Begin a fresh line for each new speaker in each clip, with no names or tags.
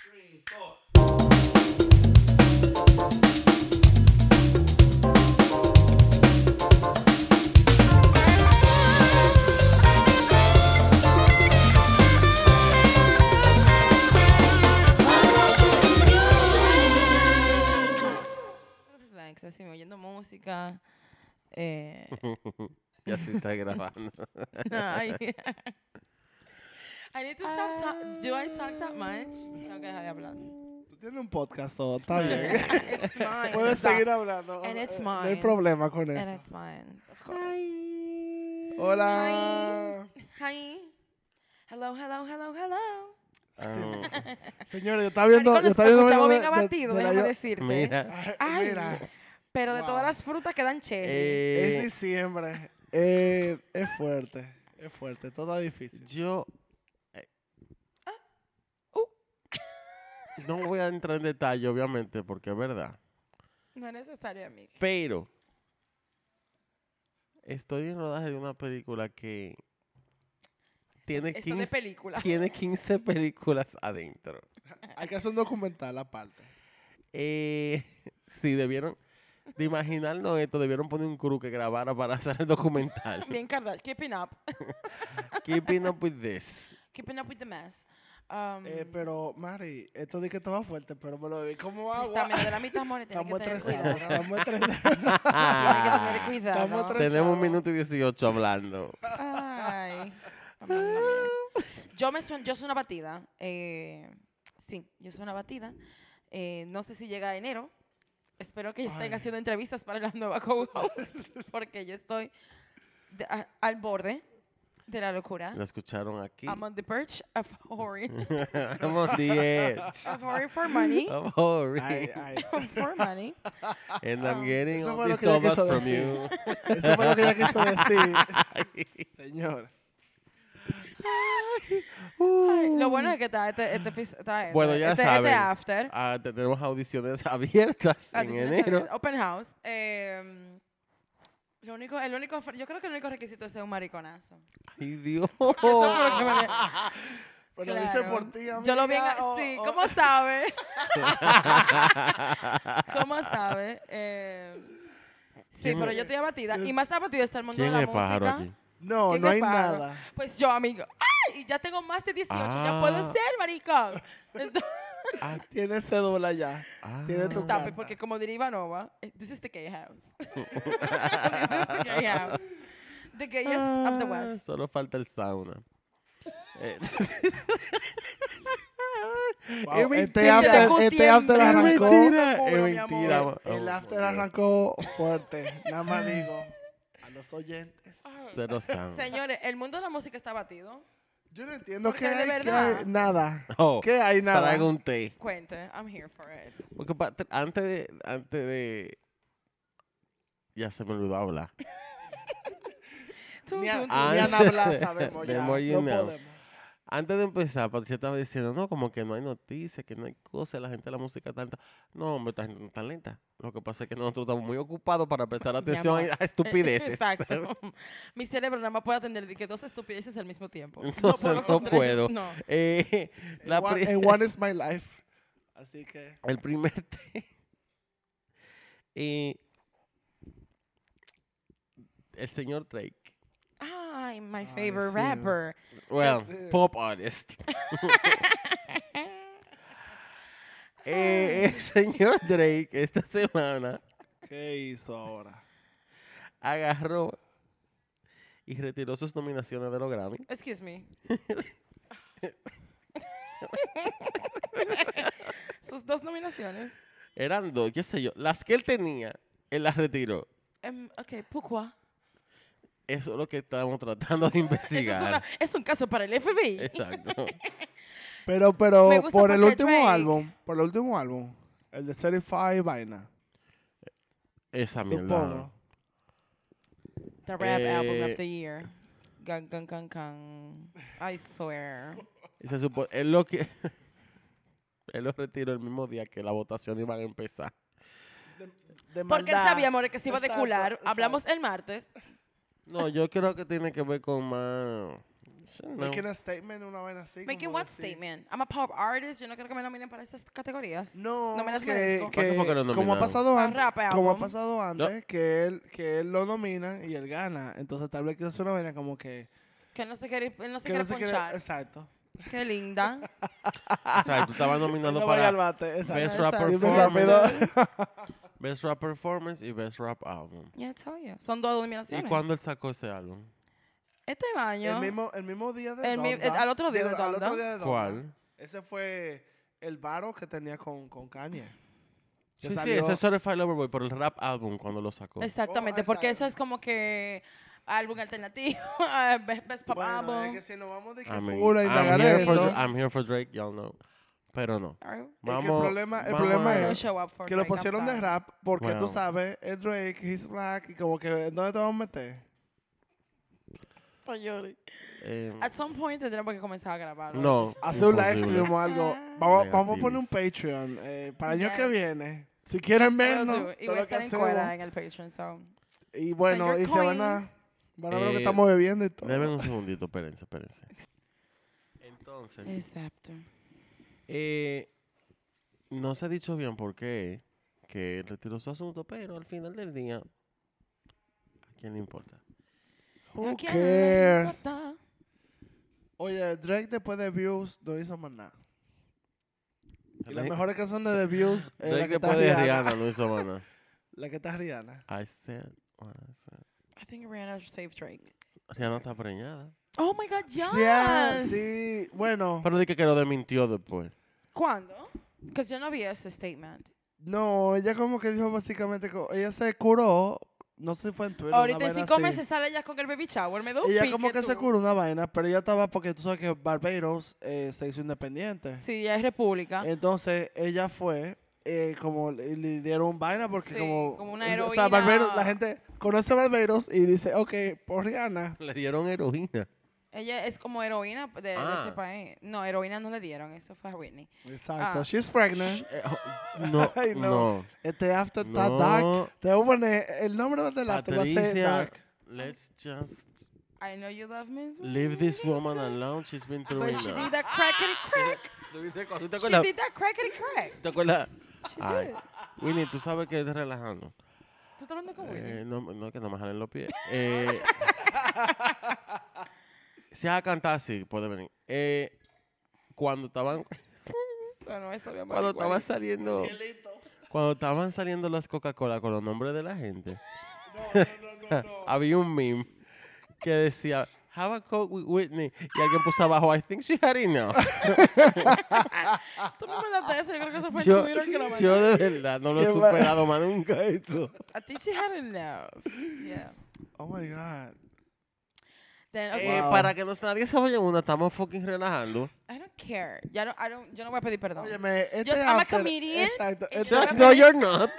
three, four.
relax, así, oyendo música. eh,
Ya se está grabando.
ay. I need to stop ta- Do I talk that much? Tengo que dejar de hablar.
Tú tienes un podcast, so está bien.
It's mine.
Puedes
Stop.
seguir hablando. Eh,
And it's
No hay
mine.
problema con
And
eso.
it's mine. Of course.
Hi. Hola.
Hi. Hello, hello, hello, hello.
Ah,
Señores, yo estaba viendo.
Marico,
Yo
nos
estaba viendo
escuchamos
algo de-
bien
de-
abatido,
de la
déjame
yo-
decirte.
mira.
Ay,
Ay,
Mira,
Pero de
Wow.
todas las frutas quedan cherry.
es
eh,
diciembre. eh, es fuerte. Es fuerte. Todo es difícil.
yo eh,
Ah, Uh.
no voy a entrar en detalle, obviamente, porque es verdad.
No es necesario, amigo.
Pero estoy en rodaje de una película que tiene
Esto de
15,
película.
tiene 15 películas adentro.
Hay que hacer un documental aparte.
Eh, sí, debieron. De imaginarnos esto, debieron poner un crew que grabara para hacer el documental.
Bien Kardashian. Keeping up.
Keeping up with this.
Keeping up with the mess. Um,
Eh, pero, Mari, esto de que estaba fuerte, pero me lo vi como
pues
agua.
Justamente, la mitad moneda tiene que
Estamos
tener
estresados.
cuidado.
Estamos estresados.
Tiene que tener
Ah. Estamos
cuidado.
tres-
Tenemos un minuto y 18 hablando.
Ay. Mamá mía. Yo me sueno, yo soy una batida. eh, sí, yo soy una batida. eh, no sé si llega a enero. Espero que estén
Ay.
haciendo entrevistas para la nueva co-host, porque yo estoy de- a- al borde de la locura.
Lo escucharon aquí.
I'm on the verge of horror.
I'm on the edge.
of horror for money.
I'm horny.
Ay, ay.
for money.
And I'm getting
Eso
all
fue lo
these
que ella
tomas
quiso
from
decir.
you.
Eso fue lo que ella quiso decir. Señor.
Ay, Lo bueno es que está este, este, episo- está
Bueno,
este-
ya
este-
saben.
este after.
Ah, te- tenemos audiciones abiertas en
Adiciones
enero.
al- Ah, Open house. em, lo único, el único, fr- yo creo que el único requisito es ser un mariconazo.
Ay, Dios.
Eso fue lo que me-
Pero Oh. lo dice
Claro.
por ti, amiga. Oh,
Yo lo vi en la-
o-
sí,
o-
¿cómo sabe? ¿Cómo sabe? Em, sí,
¿Quién
pero
es-
yo estoy abatida. Y
es-
más abatida está el mundo de
¿Quién
la
es pájaro
música.
aquí?
No,
¿Quién
no
es
hay
pájaro?
nada.
Pues yo, amigo. ¡Ay! Y ya tengo más de 18. Ya
Ah.
puedo ser, maricón. Entonces,
Ah,
Tiene cédula ya.
ah.
Tiene tu
stop it,
carta.
porque como diría Ivanova, eh, this is the gay house. this is the gay house. The gayest of the
Ah,
west.
Solo falta el sauna. Eh,
Wow,
Es
este,
mentira.
after,
Tengo
este
tiempo.
after
Es
arrancó.
mentira,
Te
es
juro, mi amor.
mentira. ma-
El
oh,
after
por Dios.
arrancó fuerte. Nada más digo. A los oyentes.
Se lo saben.
Señores, el mundo de la música está batido.
Yo no entiendo
Porque
qué
de
hay, qué
verdad.
hay- nada.
Oh,
¿Qué hay nada?
traigo un té.
Cuente, I'm here for it.
Porque pa- tr- antes de, antes de... Ya se me olvidó hablar.
Tum,
Ni, a,
tum, tum.
ni Ana
tum.
Blas sabemos ya.
Memo, you
No
know.
podemos.
Antes de empezar, Patricia estaba diciendo, no, como que no hay noticias, que no hay cosas, la gente de la música está lenta. No, hombre, esta gente no está lenta. Lo que pasa es que nosotros estamos muy ocupados para prestar atención
amor.
a estupideces. ¿sabes?
Exacto. Mi cerebro nada más puede atender de que dos estupideces al mismo tiempo.
Entonces, no
contra
puedo.
ellos. No.
Eh, la
And one,
pri-
and one is my life. Así que.
el primer té. Eh, el señor Drake.
Ay, my
Ay,
favorite
sí.
rapper.
Well,
Sí.
pop artist. Eh, el señor Drake esta semana
¿Qué hizo ahora?
agarró y retiró sus nominaciones de los Grammy.
Excuse me. Sus dos nominaciones.
Eran dos, qué sé yo. Las que él tenía, él las retiró.
Em, ok, Pucua.
Eso es lo que estamos tratando
Eso
de
es, una-
investigar.
es un caso para el FBI.
Eh, Exacto.
Pero, pero,
Me gusta
por el
porque
último
Drake-
álbum, por el último álbum, el de Certified Vaina,
Esa mierda.
supongo.
The rap album
Eh,
of the year. Gun, gun, gun, gun. I swear.
Se supo- él lo que. él lo retiró el mismo día que la votación iba a empezar.
De
Porque él
maldad.
sabía, amores, que se iba a
Exacto,
decular.
exacto.
Hablamos el martes.
No, yo creo que tiene que ver con más. Yo no.
Making a statement, una vaina así.
Making
como
what
decir-
statement? I'm a pop artist. Yo no creo que me nominen para esas categorías.
No,
No me las
que-
merezco.
que
¿Cuánto fue que lo
como ha
nominaron?
pasado
Ah,
antes,
rap
como ha
album.
pasado antes, que él que él lo nomina y él gana, entonces tal vez que es una vaina como que
Que no se quiere, él no se
que
quiere
no se quiere-
ponchar.
exacto.
Qué linda.
O sea, tú estabas
Él
nominando
no vaya al
para
bate,
Best
exacto.
Rap
Exacto.
Dime rápido.
Performance, Best Rap Performance y Best Rap Album.
Ya it's obvio. Son dos
¿Y
nominaciones.
cuándo él sacó ese álbum?
Este año.
El mismo, el mismo día de
El mi-
Donda,
el- al otro día
digo,
de
al otro
Donda.
día de Donda.
¿Cuál?
Ese fue el varo que tenía con, con Kanye.
Sí,
Que
sí,
salió-
ese es Certified Lover Boy, pero el rap álbum cuando lo sacó.
Exactamente,
Oh,
porque
exacto.
eso es como que álbum alternativo, eh, best, best pop
Bueno,
album.
es que si nos vamos de que
I mean,
full a
I'm
indagar
here, for,
eso,
Dra- I'm here for Drake, y'all know. Pero no.
Alright.
que el
Vamos,
problema- el
vamos
problema
a-
I don't
es-
show up for
que lo
Drake, I'm
pusieron de
sorry.
rap porque
Bueno.
tú sabes, es Drake, he's black, y como que, ¿dónde te vamos a meter?
eh,
At some point tendremos que comenzar a grabar.
no.
Hacer un live
imposible.
stream o algo. Vamos, vamos a
Negativis.
poner un Patreon eh, para el año
Ah. Ya.
que viene. Si quieren
Pero
vernos,
sí, y voy
todo
a
lo que
estar en
hacemos.
cuera en el Patreon, so.
Y bueno,
Send
y
your
se van a,
coins.
van a ver lo que
Eh,
estamos bebiendo y todo.
Deben un segundito, espérense, espérense. Entonces,
Exacto.
eh, no se ha dicho bien por qué que él retiró su asunto, pero al final del día, ¿a quién le importa?
Who
¿A quién le
cares?
importa?
Oye, Drake después de Views no hizo más nada. Y la
Drake-
mejor canción de The Views es la
Drake
que está
después de
Rihanna.
Rihanna no hizo más nada.
La que está Rihanna.
I said what I said.
I think Rihanna should save Drake.
Rihanna está preñada.
Oh my God, yes.
Sí, ah, sí. Bueno,
Pero dije que lo desmintió después.
¿Cuándo? Because yo no vi ese statement.
no, ella como que dijo básicamente, co- ella se curó, no sé si fue en Twitter.
Ahorita
una
en
vaina
cinco
así.
meses sale ya con el baby shower. Me da un
Ella
pique
como que se
tú.
curó una vaina, pero ella estaba porque tú sabes que Barbados eh, se hizo independiente.
Sí, ya es república.
Entonces ella fue eh, como le le dieron vaina porque
Sí,
como,
como una
o sea,
heroína.
Barbados, la gente conoce a Barbados y dice, ok, por Rihanna.
Le dieron heroína.
Ella es como heroína de, de
Ah.
ese país. No, heroína no le dieron, eso fue a Whitney.
Exacto,
Ah.
she's pregnant.
Eh, oh, No,
Ay, no.
no.
Este after está
No.
dark. Te voy a poner el nombre del after, va a ser
Patricia,
dark.
let's just
I know you love me. sweet,
leave this woman alone. She's been through
But she
enough.
did that crackety crack.
¿Tú viste cuando- tú te
She
acuerdas?
did that crackety crack.
¿Te acuerdas?
She
Ay,
did.
Winnie, tú sabes que es relajando.
¿Tú estás hablando con Whitney?
Eh, no, no, que no me jalen los pies. Eh, si vas a cantar así, puede venir. Eh, cuando estaban,
Eso Ah, no, eso había
cuando
marihuana.
estaban saliendo, cuando estaban saliendo las Coca-Cola con los nombres de la gente,
No, no, no, no, no.
había un meme que decía Have a Coke with Whitney y alguien puso abajo I think she had enough.
Tú me mandaste eso, yo creo que eso fue en
yo,
Twitter que lo mandé.
yo de verdad no lo he
Qué va-
superado más nunca eso.
I think she had enough. Yeah.
Oh my god.
Then, okay,
Eh,
Wow.
para que nos, nadie se vaya en una, estamos fucking relajando.
I don't care. Ya no, I don't, yo no voy a pedir perdón.
Óyeme, este
Just, I'm a
after-
comedian,
Exacto.
and
Este
you're
after
no, you're not.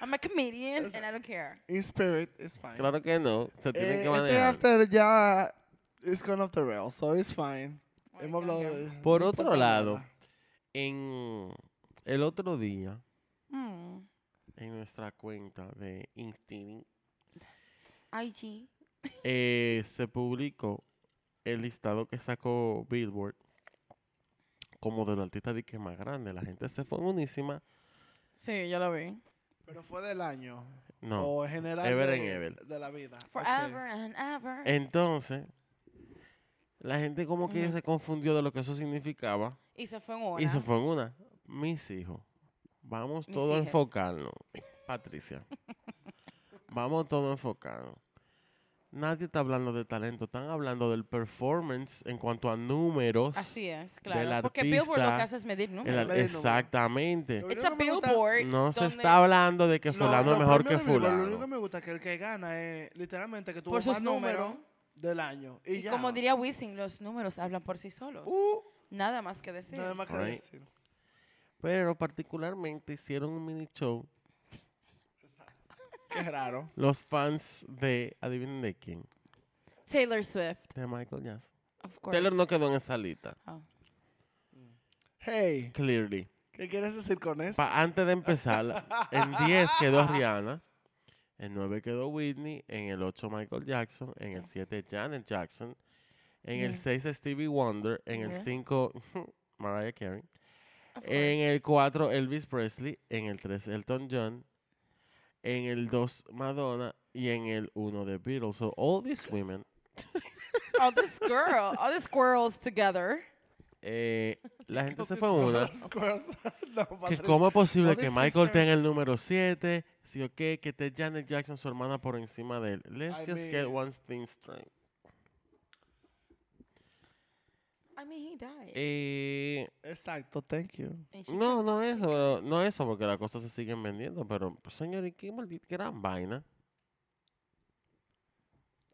I'm a comedian and I don't care.
in spirit is fine.
claro que no, se tienen
Eh,
que
este
manejar.
after ya it's gone off the rails, so it's fine.
Ay,
Hemos
cambia.
hablado de-
Por
no
otro
importa
lado,
nada.
en el otro día,
Mm.
en nuestra cuenta de Instagram,
IG.
eh, se publicó el listado que sacó Billboard como de los artistas de que más grande. La gente se fue en unísima.
Sí, yo lo vi.
Pero fue del año.
No.
O en general.
Ever
de,
and ever.
de la vida. Ok.
Forever and ever.
Eh, Entonces, la gente como que
Ujú.
se confundió de lo que eso significaba
y se fue en una.
y se fue en una. Mis hijos, vamos
Mis
todos a
hijas.
enfocarnos. Patricia, vamos todos a enfocarnos. Nadie está hablando de talento, están hablando del performance en cuanto a números.
Así es,
del
claro. Porque Billboard lo que
artista,
hace es medir
El
Ah, números.
al-
Medio número.
exactamente.
Lo
It's
único
a
que me gusta-
Billboard.
No se
donde-
está hablando de que
Lo-
fulano
los
es mejor que
premios de Billboard, Lo único que
fulano.
me gusta es que el que gana es literalmente que tuvo
Por sus
más números
números.
del año. Y,
Y
ya.
como diría Wisin, los números hablan por sí solos.
Uh,
Nada más que decir.
Nada más que
Right.
decir.
Pero particularmente hicieron un mini show
Qué raro.
los fans de, adivinen de quién,
Taylor Swift,
de Michael Jackson.
of course.
Taylor no quedó en esa lista,
Oh.
Hey,
clearly.
¿qué quieres decir con eso?
Pa- antes de empezar, la- en 10 quedó Rihanna, en 9 quedó Whitney, en el 8 Michael Jackson, en el 7 Janet Jackson, En el
Yeah.
6, Stevie Wonder. En el
Yeah.
5, Mariah Carey.
Of
En
course.
el 4, Elvis Presley. En el 3, Elton John. En el 2, Madonna. Y en el 1, The Beatles. So, all these women.
all this girl, all the squirrels together.
eh, la gente
Creo que
se fue
sí.
una.
Squirrels. No,
Que
Patrick.
cómo es posible
all
que
these
Michael tenga
sisters-
el número 7, si o qué, que esté Janet Jackson, su hermana, por encima de él. Let's
I
just get
mean-
one thing straight.
I mean, he died.
Eh,
Exacto, thank you.
And she
no,
got-
no eso, pero- no eso, porque las cosas se siguen vendiendo, pero pues, señor, ¿y qué maldita gran vaina?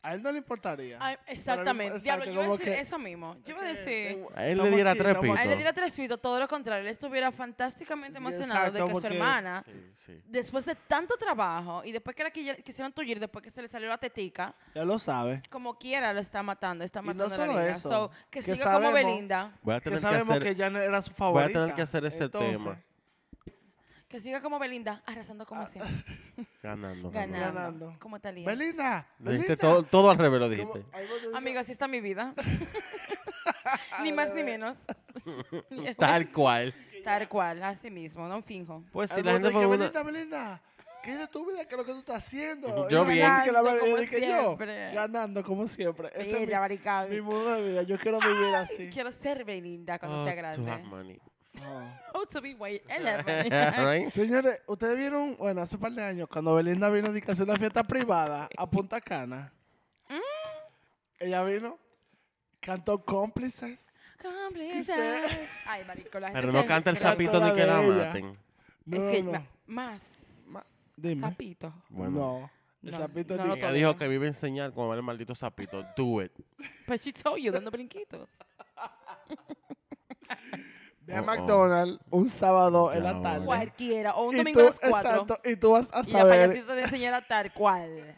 A él no le importaría.
Ah, exactamente.
exacto,
Diablo, yo iba a
como
decir
que-
eso mismo. Yo iba a
Eh,
decir.
eh,
A él le
estamos
diera
aquí,
tres
A él
estamos
le
pitos.
diera tres suidos, todo lo contrario. Él estuviera fantásticamente
Y
emocionado de
exacto,
que su
porque-
hermana,
Sí, sí.
después de tanto trabajo y después que la quilla- quisieron tullir, después que se le salió la tetica,
Ya lo sabe.
como quiera lo está matando, está
Y no
matando a la
solo
niña.
eso,
So, que,
que
siga como
sabemos-
Belinda,
Voy a
Que
tener que,
sabemos
hacer,
que Janet era su
voy a
favorita.
tener que hacer este tema.
que siga como Belinda, arrasando como siempre,
Ganando. ganando.
ganando,
Ah, Ganando.
como Talía.
Belinda.
Lo dijiste
Belinda.
todo, todo al revés, lo
Como-
dijiste.
algo de-
Amiga, así está mi vida. ni más ni menos. Ni-
Tal cual.
Tal cual, así mismo, no finjo.
Pues si
algo
la gente
de
fue
que,
una...
Belinda, Belinda. ¿Qué es de tu vida? ¿Qué es lo que tú estás haciendo?
Yo
Y
bien.
así que la
Ganando
Belinda,
como
y que yo,
siempre.
ganando como siempre. Ese es mi-
Ella, maricón.
mi, modo de vida. Yo quiero vivir así.
Quiero ser Belinda cuando
Oh,
sea
to have
grande.
money.
Ah.
Oh, to be white
Right?
Señores, ustedes vieron, bueno, hace par de años, cuando Belinda vino a dedicarse a una fiesta privada a Punta Cana.
Mm.
Ella vino, cantó cómplices.
Complices. Ay, maricón, la gente
Pero
se
no canta el
desespera.
sapito
Exacto,
ni
la
que la
de ella.
maten.
No,
es que
no,
ma- más.
Ma- dime.
Sapito.
Bueno.
no. El
No,
sapito
no
ni-
lo
Ella
tolero.
dijo que vive a enseñar cómo va el maldito sapito. Do it.
But she told Pues you, dando brinquitos.
Ve
Oh,
a
oh.
McDonald's un sábado en la
Ya,
tarde.
vale.
Cualquiera. O un
Y
domingo
tú,
a las cuatro.
exacto, y tú vas a
Y la
saber.
payasita te enseñará tal cual.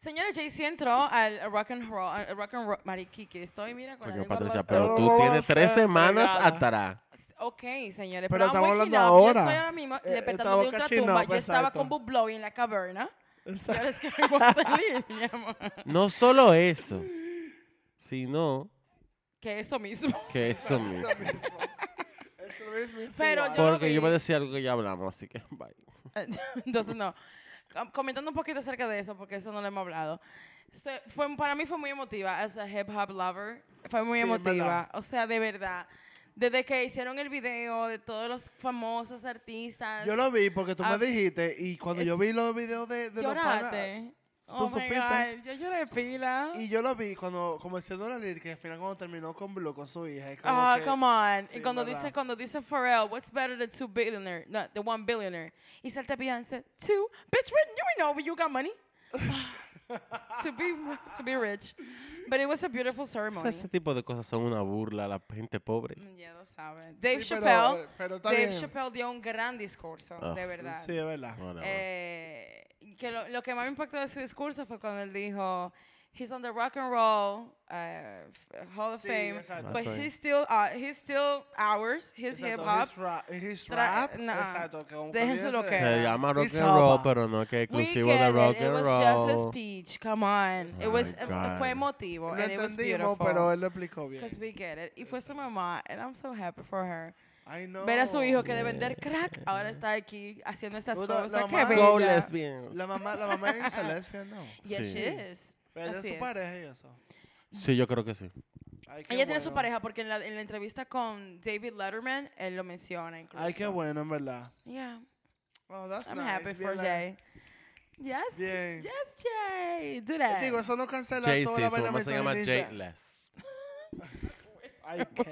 Señores, Jay-Z entró al rock and roll, al rock and roll, mariquique. Estoy, mira, con la
Porque
lengua
Patricia,
aplastada.
Pero
pero tú
no
tienes
va a
tres
ser
semanas
pegada.
atrás.
Ok, señores,
Pero
pero,
estamos
I'm waking
hablando
up. Yo
ahora.
estoy ahora mismo
Eh,
despertando
estaba
de un
cachino,
tratumba. Yo estaba
exacto.
con Bob Blowy en la caverna.
Exacto.
Pero es que me voy a salir, mi amor.
No solo eso, sino
Que eso mismo.
que eso mismo.
Eso mismo. Eso mismo es
Pero
igual.
yo lo
Porque yo
vi.
me decía algo que ya hablamos, así que bye.
Entonces, no. Com- Comentando un poquito acerca de eso, porque eso no lo hemos hablado. Se- fue, para mí fue muy emotiva, as a hip hop lover. Fue muy
Sí, en verdad.
emotiva. O sea, de verdad. Desde que hicieron el video de todos los famosos artistas.
Yo lo vi porque tú
Ah,
me dijiste y cuando yo
es-
vi los videos de, de los panas,
lloraste.
Tú
Oh my
supiste.
God, yo lloré pila.
y yo lo vi cuando como diciendo la lírica que al final cuando terminó con Blue con su hija es como
Ah,
que-
come on.
sí,
y cuando
verdad.
dice, cuando dice Pharrell, what's better than two billionaire? No, the one billionaire. Y salta Beyoncé, two. Bitch, when you know when you got money. to be to be rich. But it was a beautiful
O sea,
ceremony.
ese tipo de cosas son una burla a la gente pobre.
Mm, Ya lo sabe. Dave
Sí, pero,
Chappelle,
eh, pero está
Dave
bien.
Chappelle dio un gran discurso,
Ah.
de verdad.
Sí, es verdad.
Whatever.
Mm, Eh, que lo, lo que más me impactó de su discurso fue cuando él dijo, he's on the rock and roll eh, f- Hall of
Sí,
Fame,
exacto.
but
That's right.
he's still, uh, he's still ours, his
Exacto,
hip hop.
His rap. his
Tra-
rap,
nah,
Exacto. Que como
déjense
que
lo
dice-
que
Se llama rock
It's
and roll,
over.
pero no que es
eh, We
exclusivo
get
de
it.
rock
It
and
was just a
roll.
speech. Come on. It
Oh
was
my God.
fue emotivo
Lo
and it was
entendimos,
beautiful.
pero él lo explicó bien.
Because we get it. Y fue su mamá, and I'm so happy for her.
I know.
Ver a su hijo que de vender crack ahora está aquí haciendo estas
Lo- lo
cosas. Qué
más-
Go
bella.
lesbians.
Pues.
La mamá, la mamá es lesbiana, no.
Yes,
Sí.
she is.
Pero es
Así
su
es.
pareja y eso.
Sí, yo creo que sí.
Ay, qué
Ella tiene su
bueno.
pareja porque en la, en la entrevista con David Letterman él lo menciona incluso.
Ay, qué bueno, en verdad.
Yeah,
Oh, that's
I'm
nice.
happy
bien
for
la-
Jay. Yes,
Bien.
yes, Jay. Do that.
Digo, eso no cancela
Jay,
toda
sí,
la
su
vaina
mamá se llama
misoginista.
Jay Less.
I can't.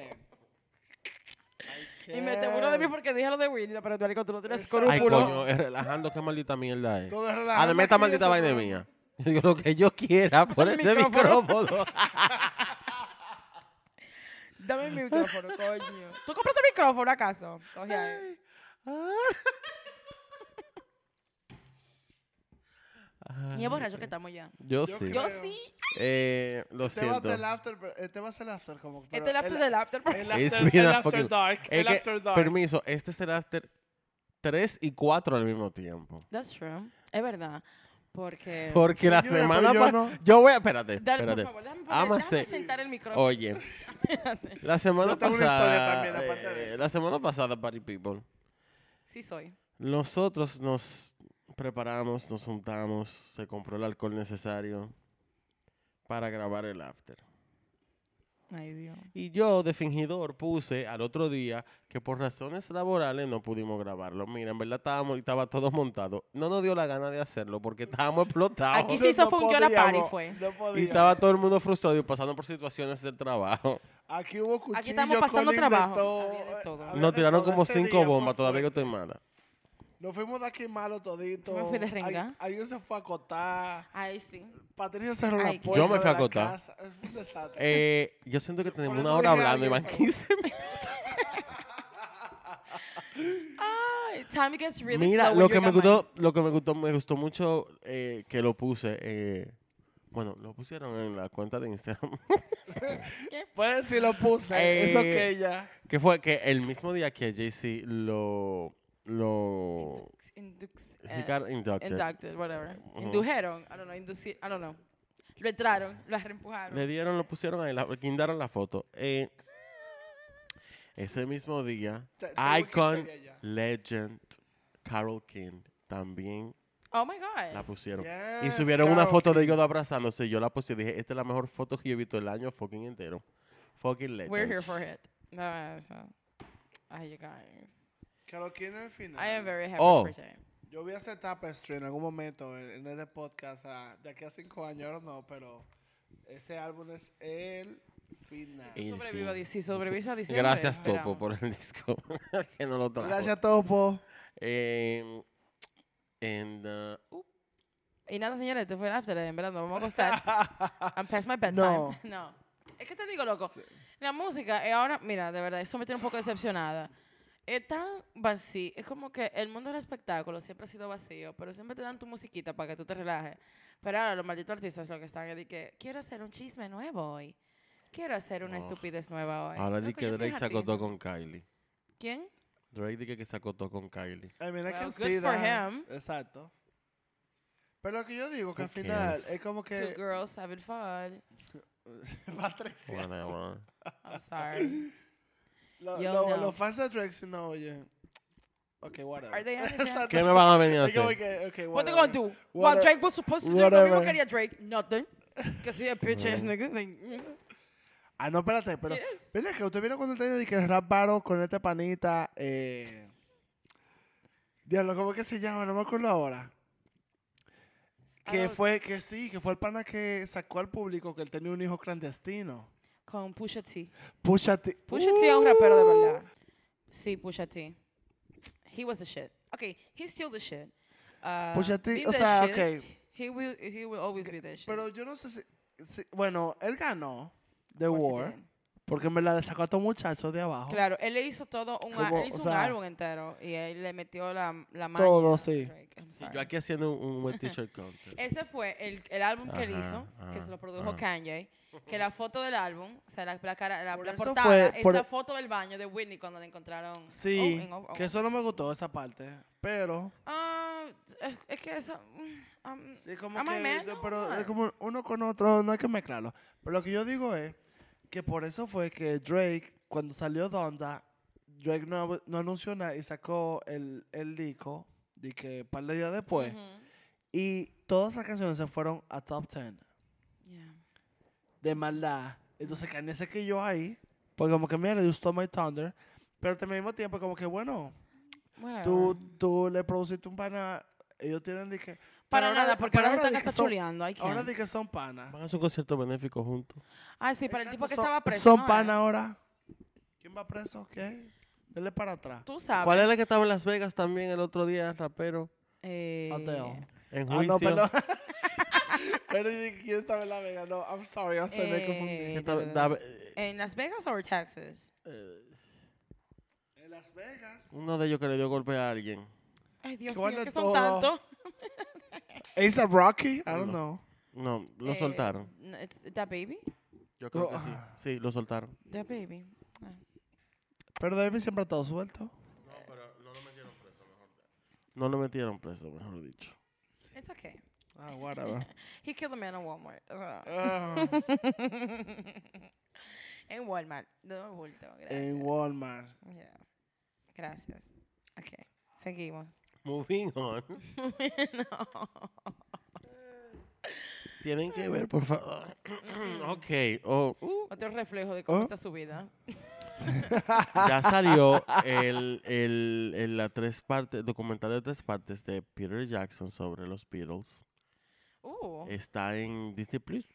I
y me te burlo de mí
can't.
porque dije lo de Willy, pero tú, Arico, tú no tienes
Exacto.
Ay,
Culo.
escrúpulos.
coño, es relajando, qué maldita mierda es.
Todo es relajado.
Además, esta
aquí,
Ah, maldita
eso
vaina es
no-
mía. Yo digo lo que yo quiera por
el
este
micrófono.
micrófono.
Dame mi micrófono, coño. ¿Tú compraste micrófono acaso? Coge ahí. Y es borracho que estamos ya.
Yo
Yo
sí.
creo-
Yo
Creo.
sí.
Eh, lo
Este va a
siento.
ser el after, pero- este va a ser el after como. pero
Este es el after del after. por
El
favor.
It's
after,
been
el
a
after
fucking-
dark.
Es
El
que,
after dark.
Permiso, este es el after 3 y 4 al mismo tiempo.
That's true. Es verdad. Porque.
Porque la
Eh, Señora, pero
semana
yo
pasada.
no.
Yo, voy a. Espérate.
Dale, por
espérate.
favor, déjame, poner-
Vamos a
déjame
hacer-
sentar el micrófono.
Oye, la semana
Yo tengo una historia
pasada.
también, aparte de
eh,
eso.
la semana pasada, Party People.
Sí soy.
Nosotros nos preparamos, nos juntamos, se compró el alcohol necesario para grabar el after.
Ay, Dios.
Y yo de fingidor puse al otro día que por razones laborales no pudimos grabarlo. Mira, en verdad estábamos y estaba todo montado. No nos dio la gana de hacerlo porque estábamos explotados.
Aquí sí hizo fue un Yola Party, fue.
No
Y
podíamos.
estaba todo el mundo frustrado y pasando por situaciones del trabajo.
Aquí hubo cuchillos,
Aquí estamos pasando
colín, de
trabajo.
todo,
Había de
eh,
todo.
había
Nos
de
tiraron
todo.
como
Ese
cinco
día fue
bombas, todavía yo
fuerte.
estoy mala.
Nos fuimos de aquí malo todito.
Yo me fui de
Al-
renga.
Alguien se fue a acotar.
Ay, sí.
Patricia cerró
Ay,
la
qué-
puerta.
Yo me fui a
de la
acotar.
casa. Es un desastre.
Eh, yo siento que tenemos
Por
una
eso
hora
dije a
hablando y van
alguien, por
15 minutos.
Ay, Ah, time gets really
Mira,
slow when
lo que
you're
me
online.
gustó, lo que me gustó, me gustó mucho eh, que lo puse. eh, bueno, lo pusieron en la cuenta de Instagram.
Pues si lo puse.
Eh,
Eso que ella.
que fue que el mismo día que JC lo lo
Indux-
he
eh,
got inducted,
inducted, whatever.
Ujú.
Indujeron, I don't know, induci- I don't know. Lo entraron, lo reempujaron.
le dieron, lo pusieron ahí, la, guindaron la foto. Eh, ese mismo día,
Te- te
Icon
Wikipedia ya.
Legend Carol King también
oh my God.
la pusieron. y
Yes,
subieron una
Karol
foto de ellos abrazándose. y Yo la puse y dije, esta es la mejor foto que yo he visto el año fucking entero. Fucking legends.
We're here for it. No, eso. Ay, you guys.
Que lo quieren al final.
I am very happy
Oh.
for Jay.
Yo voy a hacer tapestry en algún momento en, en este podcast. ah, de aquí a cinco años ahora no, pero ese álbum es el final.
Y- En
Sobrevivo,
fin.
si sobrevives a diciembre.
Gracias,
esperamos.
Topo, por el disco. que no lo trajo.
Gracias, Topo.
Em, and, uh, uh,
Y nada, señores, esto fue el after, en verdad, nos vamos a acostar. I'm past my bedtime.
No.
No. Es que te digo, loco, la música, eh, ahora, mira, de verdad, eso me tiene un poco decepcionada. Es tan vacío, es como que el mundo del espectáculo siempre ha sido vacío, pero siempre te dan tu musiquita para que tú te relajes. Pero ahora los malditos artistas lo que están es de que quiero hacer un chisme nuevo hoy. Quiero hacer una
Oh.
estupidez nueva hoy.
ahora di
Loco,
que
yo estoy
Drake se
hartísima.
acotó con Kylie.
¿Quién?
Drake di que se acotó con Kylie.
I mean, I
Well,
can
good
see
for
that.
him.
Exacto. Pero lo que yo digo que
Who
al final
cares?
es como
Two
que
girls having fun.
Patricia.
Whatever.
I'm sorry.
Lo-
Yo
lo-
no.
Los fans de Drake si no oyen. Ok, whatever.
Are they having fun?
Exacto.
¿Qué me van a venir a
Es como
hacer?
que, ok,
What they
whatever.
gonna do? What,
Whatever.
Drake was supposed to do? Lo mismo
Whatever. Mm-hmm.
quería Drake. Nothing. Que si a bitch ass nigga. like, mm.
Ah, no, espérate, pero.
Yes.
Mira, que usted vieron cuando te dije que el rap battle con este panita. Eh, diablo, ¿cómo es que se llama? No me acuerdo ahora. Que
Ah,
fue, que sí, que fue el pana que sacó al público que él tenía un hijo clandestino.
Con Pusha T.
Pusha T.
Pusha T es un rapero de verdad. Sí, Pusha T. He was the shit. Okay, he's still the shit. Uh,
Pusha T,
being
o
the
sea,
shit,
ok.
He will, he will always be the shit.
Pero yo no sé si. si- bueno, él ganó The
Of course he
War.
did.
Porque me la sacó a estos muchachos de abajo.
Claro, él le hizo todo un, a-
Como,
él hizo un
o sea,
álbum entero y él le metió la, la mano.
todo, sí.
Yo aquí haciendo un, un buen t-shirt contest.
Ese fue el, el álbum que él
Ajá,
hizo, que se
ajá,
lo produjo
ajá.
Kanye, que la foto del álbum, o sea, la, la cara- la-
Por
la
eso
portada,
fue-
es
por- e-
la foto del baño de Whitney cuando la encontraron.
Sí,
oh, en- oh, oh.
que eso no me gustó, esa parte. Pero.
Ah, es, es que eso... mm, um,
Sí, como
Am I
que,
man?
de-
No,
pero es
man.
como uno con otro, no hay que mezclarlo. Pero lo que yo digo es que por eso fue que Drake, cuando salió Donda, Drake no, ab- no anunció nada y sacó el, el disco, de que par de días después.
ujú,
Y todas esas canciones se fueron a top 10
yeah.
de maldad. Entonces Kanye se quilló ahí, porque como que mira, you stole my thunder. Pero al mismo tiempo, como que bueno,
Whatever.
tú, tú le produciste un pana, ellos tienen de que.
Para
pero ahora
nada,
de-
porque
pero
ahora
ahora
están
de que
hasta
son-
chuleando. I
Ahora
can't.
de que son panas.
Van a hacer un concierto benéfico juntos.
Ah, sí, para el tipo que
Exacto, son-
estaba preso.
Son
¿no?
pan ahora. ¿Quién va preso? ¿Qué? Dele para atrás.
Tú sabes.
¿Cuál es la que estaba en Las Vegas también el otro día, rapero?
Eh,
Ateo.
En
Ah,
juicio.
no, perdón. Pero dije, ¿quién estaba en la vega? No, I'm sorry, I'm sorry, me confundí.
eh,
Que estaba-
da, da, da.
daba- eh,
¿En Las Vegas o en Texas?
eh,
En Las Vegas.
uno de ellos que le dio golpe a alguien.
Ay, Dios
¿Cuál
mío,
de
que son
todo?
tantos.
¿Esa Rocky? I don't
No.
know.
No, lo
Eh,
soltaron.
no, it's- The Baby.
Yo creo
no,
que sí. Sí, lo soltaron.
The Baby. Ah.
Pero David siempre ha estado suelto.
No, pero no lo metieron preso, mejor No lo metieron preso, mejor dicho.
It's okay.
Ah, whatever.
He killed a man in Walmart. o sea.
Ah,
en Walmart. No bulto. Gracias.
en Walmart.
Yeah. Gracias. Ok. Seguimos.
Moving on.
no.
Tienen que ver, por favor. ok. Oh,
Otro reflejo de cómo
Oh.
está su vida.
ya salió el, el, el- la tres partes, documental de tres partes de Peter Jackson sobre los Beatles.
Uh.
Eh,
Está en Disney Plus.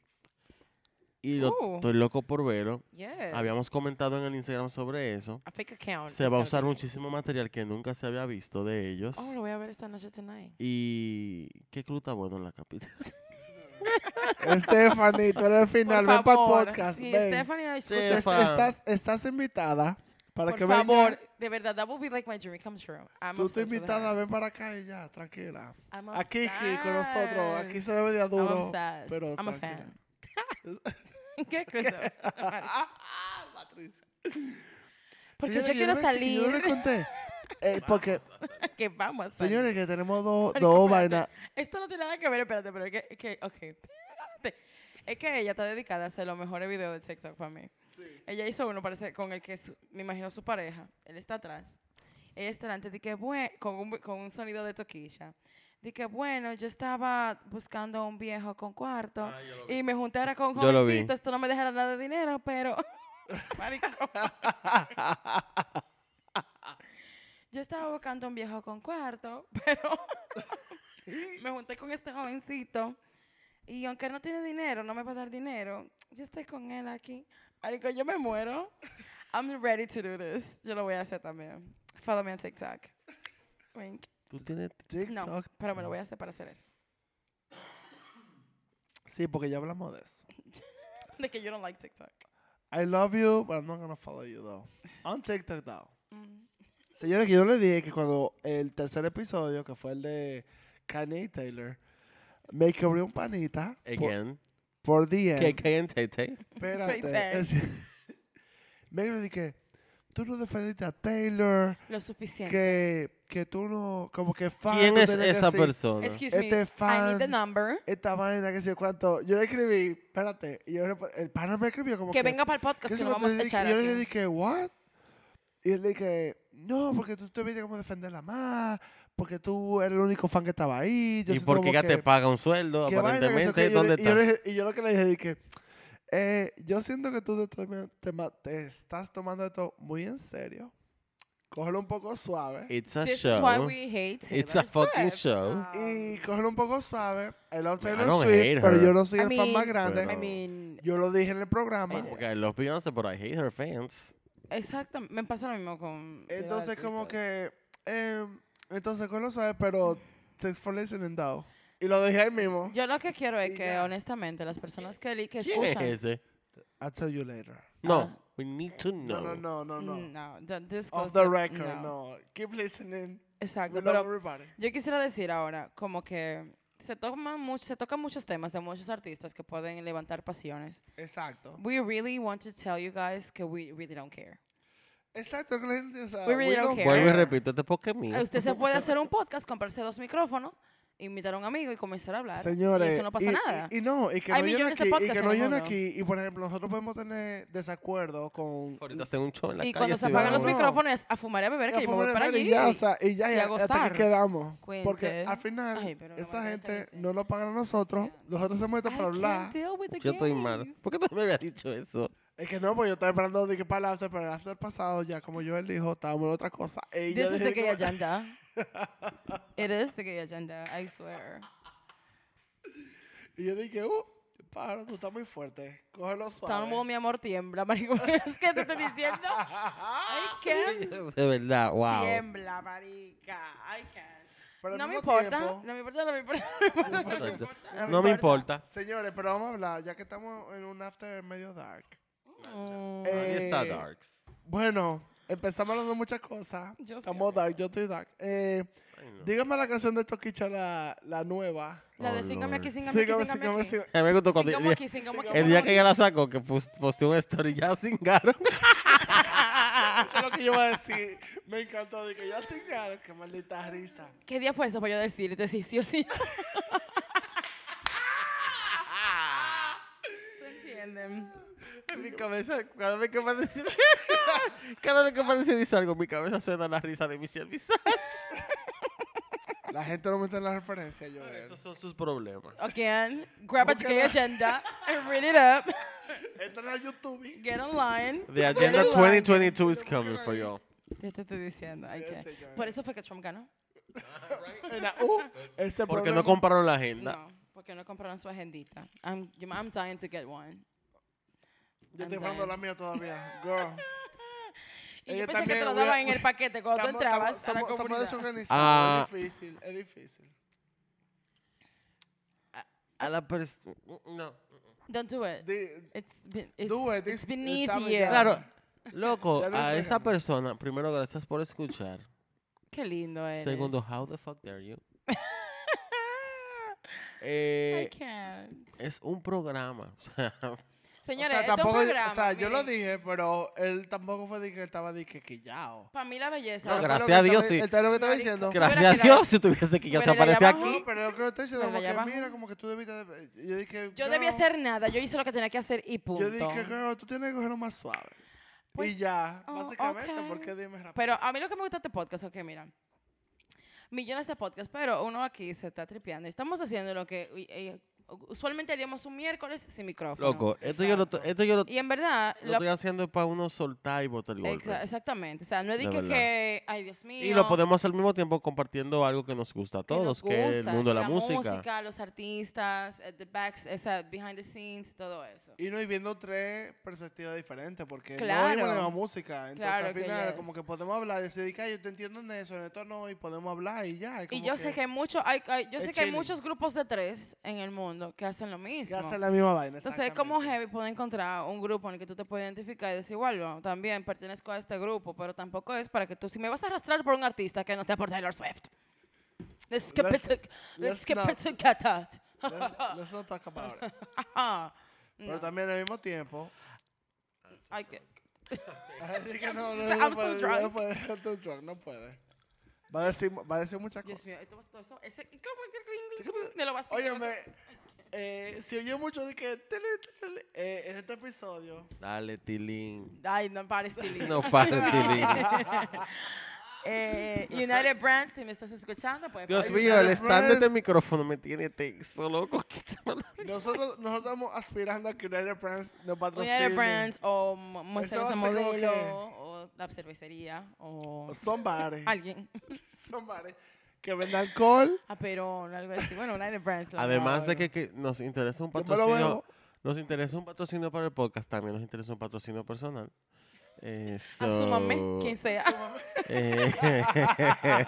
Y lo-
Uh.
estoy loco por verlo.
yes. Oh,
Habíamos comentado en el Instagram sobre eso.
A fake account. is
Se va a
gonna
usar
be-
muchísimo material que nunca se había visto de ellos.
Oh, lo voy a ver esta noche tonight.
Y qué club está bueno en la capital.
Stephanie, tú eres el
Por
final. Ven para el
favor.
podcast.
Sí,
ven.
Stephanie,
Sí,
escucha.
Es-
Estefan.
estás, estás invitada para
Por
que
favor,
venga.
de verdad, that will be like my dream come true. I'm
Tú estás
obsessed with her.
invitada, ven para acá y ya, tranquila.
I'm
Aquí, aquí, con nosotros. Aquí se
obsessed.
bebe de
I'm
duro.
obsessed.
Pero
I'm a
tranquila.
fan. ¿Qué cosa?
Ah, Patricia.
Porque
Señores,
yo
que
quiero
no les- que Yo no les
salir.
conté. Eh, porque,
que vamos a salir.
señores, que tenemos dos
Marico,
dos
espérate.
vainas.
Esto no tiene nada que ver, espérate, pero es que, es que ok, espérate. Es que ella está dedicada a hacer los mejores videos de TikTok para mí. Ella hizo uno, parece, con el que su- me imagino su pareja. Él está atrás. Ella está delante de que, bueno, con un, con un sonido de toquilla. De que, bueno, yo estaba buscando a un viejo con cuarto y me junté ahora con un
Yo lo vi.
jovencito. Esto no me dejará nada de dinero, pero... Marico. yo estaba buscando a un viejo con cuarto, pero... me junté con este jovencito y aunque no tiene dinero, no me va a dar dinero, yo estoy con él aquí. Marico, yo me muero. I'm ready to do this. Yo lo voy a hacer también. Follow me on TikTok. Wink.
Tú tienes
No,
TikTok.
pero me lo voy a hacer para hacer eso.
Sí, porque ya hablamos de eso.
De que yo don't like TikTok.
I love you, but I'm not gonna follow you, though. On TikTok, though.
Mm.
Señores, que yo les dije que cuando el tercer episodio, que fue el de Kanye y Taylor, me quebré un panita por,
again.
por día.
KK and Tete.
Espérate.
Tay-Tay.
Es- me quebré y dije, tú no defendiste a Taylor,
Lo suficiente.
que, que tú no, como que fan.
¿Quién
tú
es
tienes que
esa
decir
persona?
Excuse me.
Este
I need the
fan
number.
Esta vaina, que sé yo cuánto. Yo le escribí, espérate, y yo, rep- el pana me escribió como que...
Que venga para el
¿qué
podcast
sé
que lo
cuánto?
vamos a
Y
echar
Yo le
aquí.
dije, ¿what? Y él le dije, no, porque tú estuviste como defenderla más, porque tú eres el único fan que estaba ahí. Yo
¿Y
siento
por qué
como
ella te
que-
paga un sueldo?
¿Qué vaina, que sé yo
Aparentemente,
qué? Y yo
¿dónde
le- y yo
está?
le- Y yo lo que le dije, dije, eh, yo siento que tú te, tome- te ma- te estás tomando esto muy en serio. Cógelo un poco suave.
It's a
This
show.
is why we hate Taylor
It's a fucking
Swift.
show.
Y cógelo un poco suave. I love
I
Taylor
don't hate
Swift, pero
her.
yo no soy
I
el fan más
mean,
grande.
I mean,
Yo lo dije en el programa.
Ella-
Porque I love Beyoncé, but I hate her fans.
exactamente. Me pasa lo mismo con... Taylor
Entonces,
Swift.
como que. em, entonces, con lo sabes, pero. Thanks for listening, though. Y lo dejé ahí mismo.
Yo lo que quiero es
Y
que,
ya.
honestamente, las personas que, li- que
¿Quién es
escuchan...
ese?
I'll tell you later.
No,
Ah.
we need to
No,
know.
no, no, no, no.
Mm, No, don't disclose
Off the
it,
record, no. Keep listening.
Exacto,
We love
pero
everybody.
yo quisiera decir ahora como que se toman mucho, se tocan muchos temas de muchos artistas que pueden levantar pasiones.
Exacto.
We really want to tell you guys que we really don't care.
Exacto, que la gente, o sea,
We really
we
don't
don't-
care.
Vuelvo y repito, este porque mío.
Eh, Usted se puede hacer un podcast, comprarse dos micrófonos, invitar a un amigo y comenzar a hablar.
Señores,
y eso no pasa
y-
nada.
Y, y no, y que
Hay
no lleguen
millones de
aquí, y
podcasts
que
en
no
el
lleguen
mundo.
aquí. Y por ejemplo, nosotros podemos tener desacuerdo con.
Ahorita hacen un show en la
Y,
calle.
cuando se
sí,
apagan
no,
los
vamos.
no.
micrófonos es a fumar y a beber,
Ya
que yo me
fue
voy para
Manuel
allí.
y ya, o sea, y ya,
y a
ya, hasta
gozar.
aquí quedamos. Porque
Cuenten.
al final,
Ay, pero no
esa
me
gente
molesta,
no nos pagan a nosotros. Nosotros hacemos esto
I
para hablar.
can't deal with the
Yo estoy mal.
gays.
¿Por qué tú me habías dicho eso?
Es que no, porque yo estaba esperando de que para el after, pero el after pasado, ya como yo él dijo, estábamos en otra cosa. Y
This
yo
is
dije
the gay
como-
agenda. it is the gay agenda, I swear.
Y yo dije, uh, pájaro, tú estás muy fuerte. Cógelo suave.
Stonewall, mi amor, tiembla, marico. Es que te estoy diciendo. I can't.
De verdad, wow.
Tiembla, marica. I can't.
Pero al
No me
mismo
importa.
tiempo-
No me importa, no me importa. no me importa, no me importa.
No me importa.
Señores, pero vamos a hablar, ya que estamos en un after medio dark.
Mm,
Eh,
Nadie está darks.
Bueno, empezamos hablando de muchas cosas.
Yo sí
estamos dark, yo estoy dark. Eh,
Ay, no.
dígame la canción de Toquicha, la, la nueva.
La de
Oh,
síngame
Lord.
aquí, síngame aquí,
Sígame,
síngame
sígame,
aquí.
sígame.
A mí me gustó cuando...
Síngame aquí, síngame aquí.
El día que ella la sacó, que pus- posteó una story, ya cingaron.
Ah, Eso es lo que yo iba a decir. Me encantó. Dije, ya sin cara, qué maldita risa.
¿Qué día fue eso para yo decirte si sí o sí? Ah. them.
En mi cabeza, cada vez que aparece, cada vez que aparece dice algo, mi cabeza suena la risa de Michelle Visage.
La gente no me está en la referencia, yo.
Esos son sus problemas.
Again, grab a
Okay.
gay agenda and read it up.
Entran a YouTube.
Get online.
The agenda 2022 is coming for you.
Te te estoy diciendo. hay que-
señor.
Por eso fue que Trump ganó.
Era, uh, ese
Porque
problema-
no compraron la agenda.
No, porque no compraron su agendita. I'm, yo- I'm dying to get one.
Yo estoy
I'm
jugando
dying.
la mía todavía. Girl.
Y
Ella
yo pensé que te
también,
lo
we are-
daban en el paquete cuando tú
Estamos-
entrabas
estamos-
a la
somos- Somos
comunidad.
desorganizados.
Ah.
Es difícil, es difícil.
A la persona. No.
Don't do it.
Di-
It's, be- it's,
Do it.
it's
This-
beneath
estamos
you.
ya-
Claro, loco,
Ya lo
a esa
entregamos.
persona, primero, gracias por escuchar.
Qué lindo eres. Ah,
Segundo, how the fuck dare you?
I
Eh,
can't.
es un programa.
o
Señores,
sea,
esto es un
tampoco,
programa,
o sea, yo lo
miren.
dije, pero él tampoco fue de que estaba de que quillao.
Para mí la belleza.
No,
Pero fue
gracias
lo
a
que
Dios,
estaba-
sí.
Está lo que estaba
Marico.
diciendo.
Gra-
Gracias a
quedado-
Dios si tuviese que ya se
Pero le
aparece
llamamos-
aquí.
No, pero lo que estoy diciendo,
Pero
como
allá
que
abajo.
mira, como que tú debiste. de- Yo dije.
Yo
girl,
debí hacer nada. Yo hice lo que tenía que hacer y punto.
Yo dije, girl, tú tienes que cogerlo más suave. y
Pues,
ya,
oh,
básicamente,
ok.
porque dime rápido.
Pero a mí lo que me gusta de este podcast, ok, mira. Millones de podcasts, pero uno aquí se está tripeando. Estamos haciendo lo que eh, eh, usualmente haríamos un miércoles sin micrófono.
Loco, esto yo, lo, to- esto yo lo,
Y en verdad,
lo
lo-
estoy haciendo para uno soltar y botar el golpe.
exa- exactamente. O sea, no es de
De
que,
verdad.
que, ay Dios mío.
Y lo podemos hacer al mismo tiempo compartiendo algo que nos gusta a
que nos
todos, que, es el
gusta,
mundo de la, música.
música. los artistas, eh, the backs, esa, behind the scenes, todo eso.
Y no, y viendo tres perspectivas diferentes, porque no
Claro.
oímos la misma música. Entonces,
Claro
al
que
final,
yes.
como que podemos hablar y decir, que "Ay, yo te entiendo en eso, en esto no, y podemos hablar y ya. es
Y
como
yo sé que hay muchos, hay, hay- yo
es
sé que hay
chilling.
muchos grupos de tres en el mundo que hacen lo mismo.
Que hacen la misma vaina.
Entonces, es como
exactamente.
heavy puede encontrar un grupo en el que tú te puedes identificar y decir, bueno, también pertenezco a este grupo, pero tampoco es para que tú, si me vas a arrastrar por un artista que no sea por Taylor Swift. Let's skip
Let's-
it to,
let's
let's skip
not-
it to get that.
Let's, let's not talk about it.
Ah,
Pero también al mismo tiempo.
hay que-
Así que no, no,
I'm
no
so
puede, no
drunk.
puede, I'm too drunk, no puede. Va a decir, va a decir muchas
Dios mío,
cosas.
esto, todo eso, ese, y cómo que cling, cling, cling, de lo vacío.
Óyeme, eh, si oyó mucho de que tele, tele, eh, en este episodio,
Dale, Tilín.
Ay, no pares, Tilly.
No para, Tilín.
Eh, United Brands, si me estás escuchando, pues...
Dios
Ay,
mío, el
United
stand de este
Press.
micrófono me tiene tenso, loco. quítamelo.
nosotros, nosotros estamos aspirando a que United Brands nos patrocine.
United Brands o Mo-
va
Muestras
a
a
ser como
Modelo
que-
o la cervecería o
Somebody.
alguien.
Somebody. Que venda alcohol.
A Perón, algo así. Bueno, United Brands. la verdad.
Además de que, que nos interesa un
Yo me lo
patrocinio.
bebo.
Nos interesa un patrocinio para el podcast, también nos interesa un patrocinio personal. Eh, so,
Asúmame, quien sea.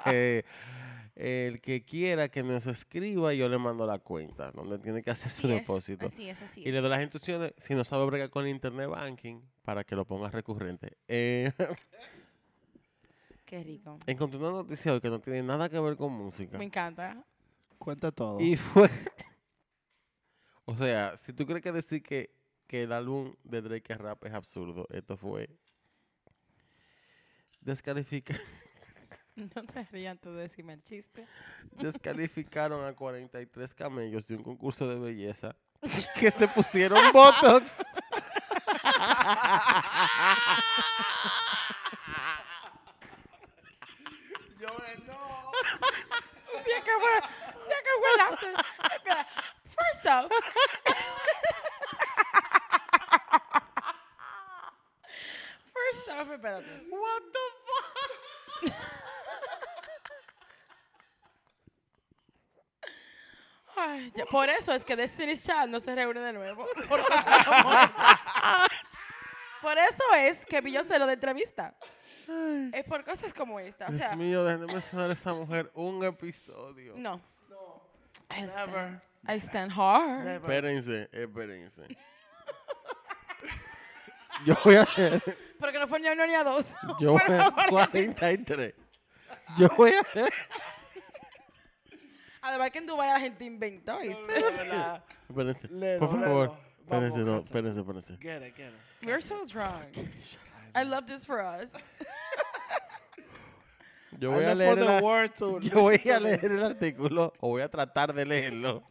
eh, el que quiera que nos escriba, yo le mando la cuenta donde tiene que hacer su
Así es,
depósito.
Así es, así
Y le
es.
doy las instrucciones, si no sabe bregar con el internet banking, para que lo pongas recurrente. Eh,
Qué rico.
encontré una noticia hoy que no tiene nada que ver con música.
Me encanta.
Cuenta todo.
Y fue... o sea, si tú crees que decir que, que el álbum de Drake es rap es absurdo, esto fue... Descalifica...
No te rías antes de decirme el chiste.
Descalificaron a 43 camellos de un concurso de belleza que se pusieron botox.
Yo, eh, no.
Se acabó, se acabó el after. Espera. First off. First off, espérate.
What the fuck?
Ay, ya, por eso es que Destiny's Child no se reúne de nuevo. Por, por eso es que Billon se lo de entrevista. Es por cosas como esta. O sea,
Dios mío, déjenme mencionar a esa mujer un episodio.
no. I stand,
Never.
I stand hard.
Never.
Espérense, espérense. Yo voy a leer,
Porque no fue ni a uno ni a dos.
yo voy a
Fueron
leer
a
43. Yo voy a leer.
Además que en Dubái la gente inventó. ¿viste?
De verdad.
Espérense,
Léelo,
por
léelo.
favor.
Vamos,
Espérense, no,
Cata.
espérense, espérense.
Quiere, quiere.
We're so drunk. I love this for us.
Yo voy
I
a
look
leer
for the
la-
word to
Yo voy
listen
a
to
leer
this.
el artículo o voy a tratar de leerlo.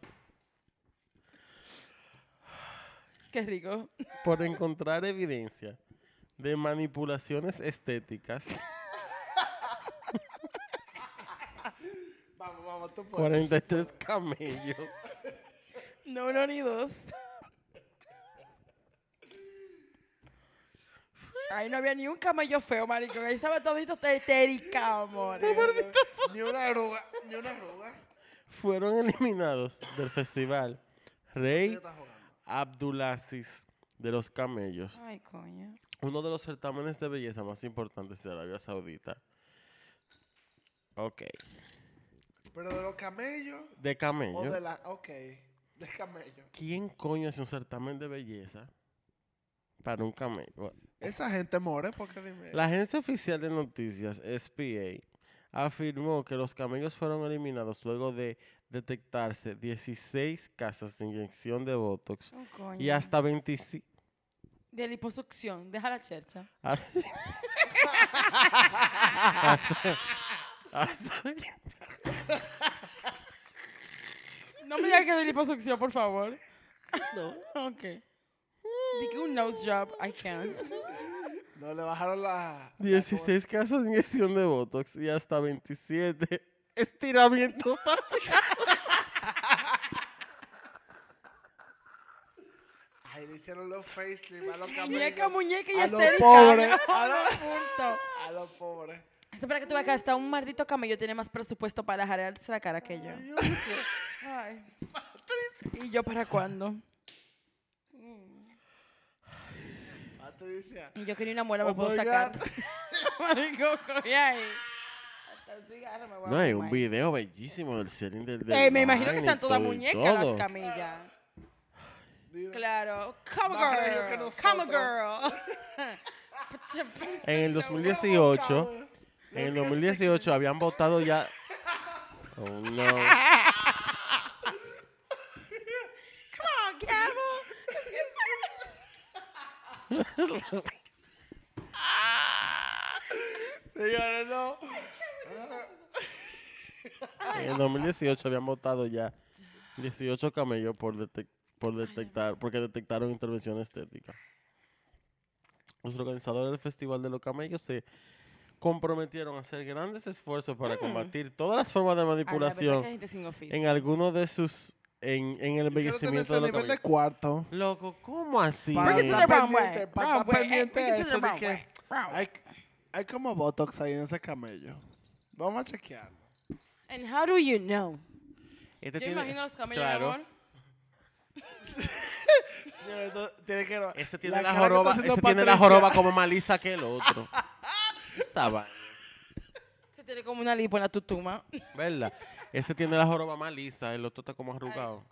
Qué rico.
por encontrar evidencia de manipulaciones estéticas.
Vamos, vamos, tú puedes.
43 camellos.
No uno ni dos. Ahí no había ni un camello feo, maricón. Ahí estaba todito tetérica, amor.
Ni una arruga, ni una arruga.
Fueron eliminados del festival
Ella
Rey
está jugando.
Abdulaziz de los Camellos,
Ay, coño.
uno de los certámenes de belleza más importantes de Arabia Saudita. Ok.
Pero de los camellos
De
o
camellos.
de la. Ok. De camello.
¿Quién coño hace un certamen de belleza para un camello? Bueno,
Esa gente more, porque dime.
La agencia oficial de noticias, SPA, afirmó que los camellos fueron eliminados luego de detectarse 16 casos de inyección de Botox
Oh, coño.
y hasta 25...
De liposucción. Deja la chercha.
Hasta, hasta- hasta 20
No me digas que es de liposucción, por favor. No. ok. Dije un nose job. I can't.
No le bajaron la. la
16 casos de inyección de Botox y hasta 27 estiramientos faciales.
cor- Ay, le hicieron los facelift a los
Muñeca,
camellos.
muñeca y
A lo
estética.
pobre,
No,
a lo-
no, punto.
A los pobres.
Eso para que tú veas que hasta un maldito camello tiene más presupuesto para jarearse la cara que yo. Ay. ¿Y yo para cuándo?
Patricia.
Y yo quería una muela, me
Oh
puedo
my
sacar.
God.
Marico, cogí ahí. Hasta el cigarro me voy a
No, hay un
fumar.
video bellísimo del setting del... del
Eh, me imagino que
line y
están todas
todo y
muñecas las
todo.
camillas.
Dile-
Claro. Come
Más bello que
girl. Come girl.
En el
Vamos,
2018...
cabrón.
En el
Los que
2018 habían votado ya. Oh no.
Come on, camel.
Señores, no.
En el 2018 habían votado ya 18 camellos por, detec- por detectar, porque detectaron intervención estética. Los organizadores del Festival de los Camellos se comprometieron a hacer grandes esfuerzos para combatir todas las formas de
Mm. Ay, la verdad
manipulación
que hay gente sin oficio.
en alguno de sus en, en el
Quiero tener
embellecimiento
ese
de los
nivel de
camellos.
cuarto.
Loco, ¿cómo así?
Para
Bring it to the
estar
wrong way.
pendiente, para
Wrong way.
estar
Eh,
pendiente
Bring
de
it to the
eso de
wrong
que-
way. Wrong way.
Hay, hay como Botox ahí en ese camello. Vamos a chequearlo.
And how do you know? Yo
Este tiene-
imagino los camellos,
Claro.
mi amor.
Señor, esto tiene que ver-
Ese Este tiene la,
cara que está
joroba,
haciendo
ese tiene la
Patricia.
joroba como más lisa que el otro. Estaba,
Se tiene como una lipo en la tutuma.
¿verdad? Ese tiene la joroba más lisa, el otro está como arrugado.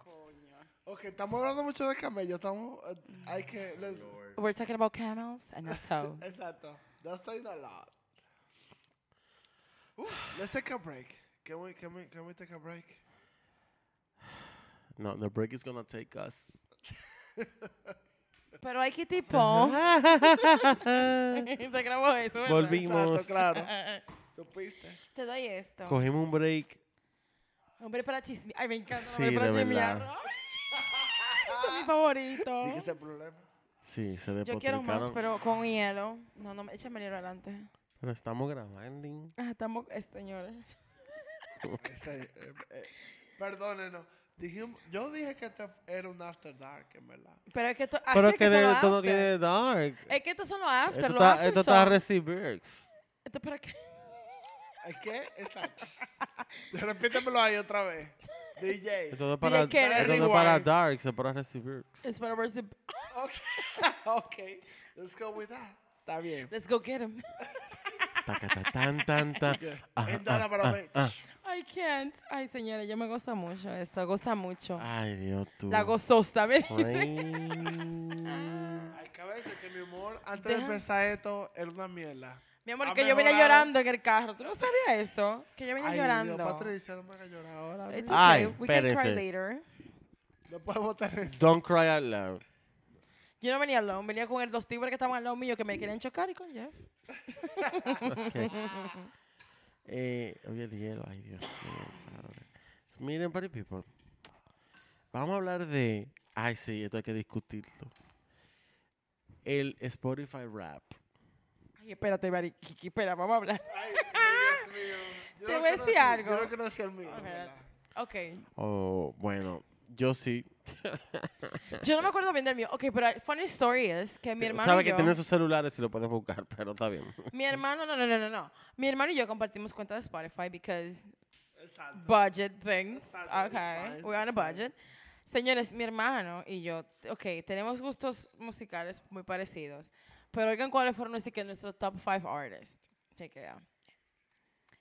Ok, estamos hablando mucho de camello. Estamos. eh, hay que. les-
We're talking about camels and not toes.
exacto. That's saying a lot. Ooh, let's take a break. Can we, can we, can we take a break?
No, the break is gonna take us.
Pero hay que tipo. Se grabó eso, ¿verdad?
Volví.
Exacto,
Vimos.
claro.
Eh, eh,
Supiste.
Te doy esto.
Cogimos un break.
Hombre para chismear. Ay, me encanta.
Sí,
Hombre para
de
chismear.
verdad.
Ay, ese es mi favorito.
Dí que es el problema.
Sí, se
Yo quiero más,
despotricaron. Pero...
pero con hielo. No, no, échame el hielo adelante.
estamos grabando.
Ah, estamos, eh, señores.
Esa- eh, eh, perdónenos. Dijimos, yo dije que esto era un after dark, en verdad.
Pero es que esto. así
Pero
es
que
son los
de, todo
after.
tiene dark.
Es que estos son los after.
esto
los
está,
after
esto está
son-
Resi Birks.
Esto para qué.
¿Es que? Exacto. Repítemelo ahí otra vez. DJ.
Esto es para,
que era
esto no es
Rewind.
para darks, es para Resi Birks.
Es para verse-
Ok. ok. Let's go with that. Está bien.
Let's go get him.
Tacata, tan, tan, tan.
Okay.
Ah,
And
ah,
that about
ah,
a bitch.
ah.
I can't. Ay, señora, yo me gozo mucho esto. Goza mucho.
Ay, Dios, tú.
La gozosa, me dice.
Ay.
Hay que veces que mi humor, antes
Deja-
de empezar esto, era una mierda.
Mi amor,
Ha
que yo venía
mejorado.
llorando en el carro. ¿Tú no sabías eso? Que yo venía
Ay,
llorando.
Dios, Patricia, no me hagas llorar ahora.
It's
mira.
okay.
Ay,
We can cry
espérense.
later.
No podemos tener eso.
Don't cry out loud.
Yo no venía al lado, venía con el dos tigres que estaban al lado mío que me querían chocar y con Jeff.
Eh, oye, el hielo, ay Dios mío. padre. Miren, party people. Vamos a hablar de. Ay, sí, esto hay que discutirlo. el Spotify Rap.
Ay, espérate, Mari, Kiki, espera, vamos a hablar.
Ay, Dios mío. Yo
Te
no
voy a decir
conocí-
algo.
Yo no conocía el mío.
Ok.
¿verdad?
Ok.
Oh, bueno, yo sí.
Yo no me acuerdo bien del mío. Ok, pero funny story es que mi hermano
Sabe
y
que
yo-
tiene sus celulares y lo puedes buscar, pero está bien.
Mi hermano, no, no, no, no, no. Mi hermano y yo compartimos cuenta de Spotify because
Exacto.
budget things.
Exacto, it's
Okay,
fine,
we're on a
it's fine.
budget. Señores, mi hermano y yo, ok, tenemos gustos musicales muy parecidos. Pero oigan cuáles fueron así que nuestros top 5 artists. Chequea.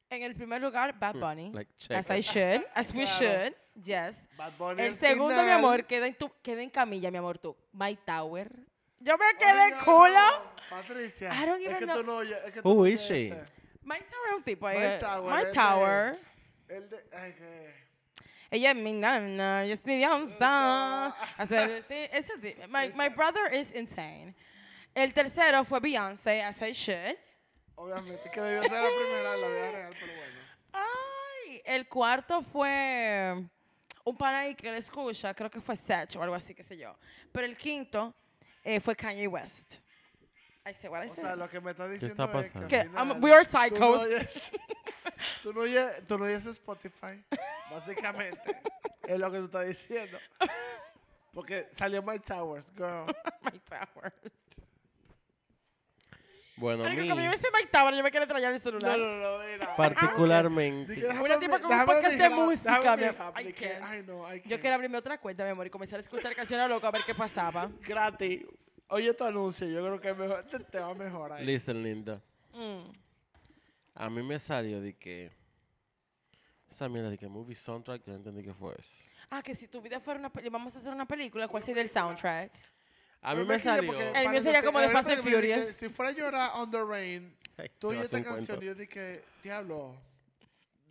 En el primer lugar, Bad Bunny.
Hmm, Like, check
as I
it.
should, as we
Claro.
should, yes.
Bad Bunny
El
al
segundo, mi
final.
amor, queda en, tu- queda en camilla, mi amor, tú. My Tower. Yo me
Ay,
quedé
no,
en culo.
no. Patricia.
I don't even
es que
know-
tú no oyes. Es que tú
Who
no
is
oyes
she?
ese.
My Tower es un tipo.
My
eh,
Tower,
My
es de-
Tower.
El de. Ay, que.
Ella es mi nana, ella es mi diosa. O sea, ese- ese ti- my, my brother is insane. El tercero fue Beyoncé, as I should.
Obviamente que debió ser la primera de la vida real, pero bueno.
Ay, el cuarto fue un pana ahí que le escucha, creo que fue Seth o algo así, qué sé yo. Pero el quinto eh, fue Kanye West. I said what I
O
said.
sea, lo que me estás diciendo
está
es que al
pasando?
¿Qué?
final
I'm- um, we are
tú no
psychos.
oyes- Tú no, oyes, tú no oyes Spotify, básicamente. es lo que tú estás diciendo. Porque salió My Towers,
Oh
girl.
My Tower.
Bueno,
Marico,
mi,
Cuando yo me hice My Tower, yo me quería traer el celular.
No, no, no, mira.
particularmente.
Dije, déjame
Una tipa
mi-
con un
déjame
podcast de
mirar,
música,
déjame
mi am-
mirar,
I
dije,
can't.
Ay, no, I
Yo
can't.
quería abrirme otra cuenta, mi amor, y comenzar a escuchar canciones locas a ver qué pasaba.
Gratis. Oye tu anuncio, yo creo que es mejor, te, te va a mejorar.
Listen, linda.
Mm.
A mí me salió de que. Esa mierda de que movie soundtrack, yo no entendí qué fue eso.
Ah, que si tu vida fuera una peli- vamos a hacer una película, ¿cuál sería el soundtrack?
A mí me salió.
El mío sería como de Fast and Furious.
Si fuera a llorar On the Rain,
Ay, te
tú
voy a
oyes
hacer
esta
un cuento.
canción y yo dije, diablo,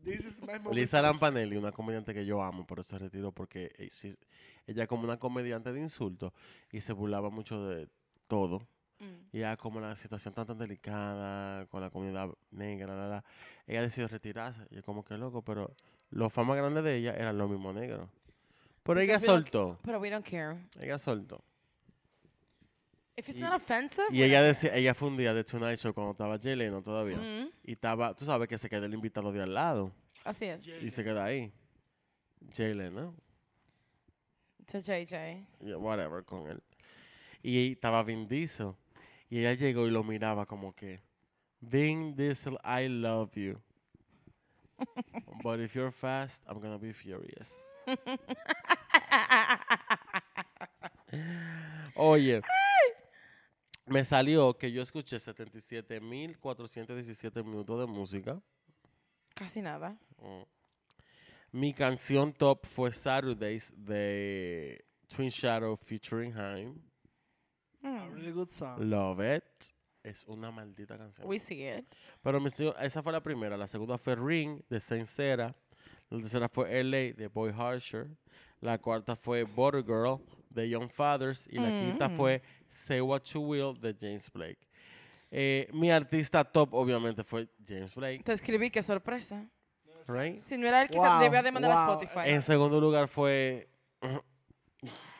this is my movie.
Lisa Lampanelli, una comediante que yo amo, pero se retiró porque eh, sí- ella como una comediante de insultos y se burlaba mucho de todo.
Mm.
Y ya como la situación tan tan delicada con la comunidad negra, la, la, ella decidió retirarse. Y yo como que loco, pero los fama grande de ella eran los mismos negros. Pero ella
Because we don't
soltó,
Pero we don't care.
ella soltó.
If it's
Y-
not offensive.
Y
we
ella
don't
decía, ella fue un día de Tonight Show cuando estaba Jay Leno todavía.
care. Mm,
Y estaba, tú sabes que se queda el invitado de al lado
Así es.
Yeah.
y se queda ahí. Jay Leno,
To JJ.
yeah, whatever con él. Y estaba Vin Diesel. Y ella llegó y lo miraba como que, Vin Diesel, I love you. But if you're fast, I'm gonna be furious. Oye, me salió que yo escuché 77.417 minutos de música.
Casi nada.
Mm. Mi canción top fue Saturdays de Twin Shadow featuring Haim.
A
Mm,
really good song.
Love it. Es una maldita canción.
We see it.
Pero mi sing- esa fue la primera. La segunda fue Ring de Saint Sera. La tercera fue LA de Boy Harsher. La cuarta fue Border Girl de Young Fathers. Y la quinta
Mm.
fue Say What You Will de James Blake. Eh, mi artista top obviamente fue James Blake.
Te escribí, qué sorpresa.
right?
Si no era el que
Wow,
te debía demandar a
wow.
Spotify.
En segundo lugar fue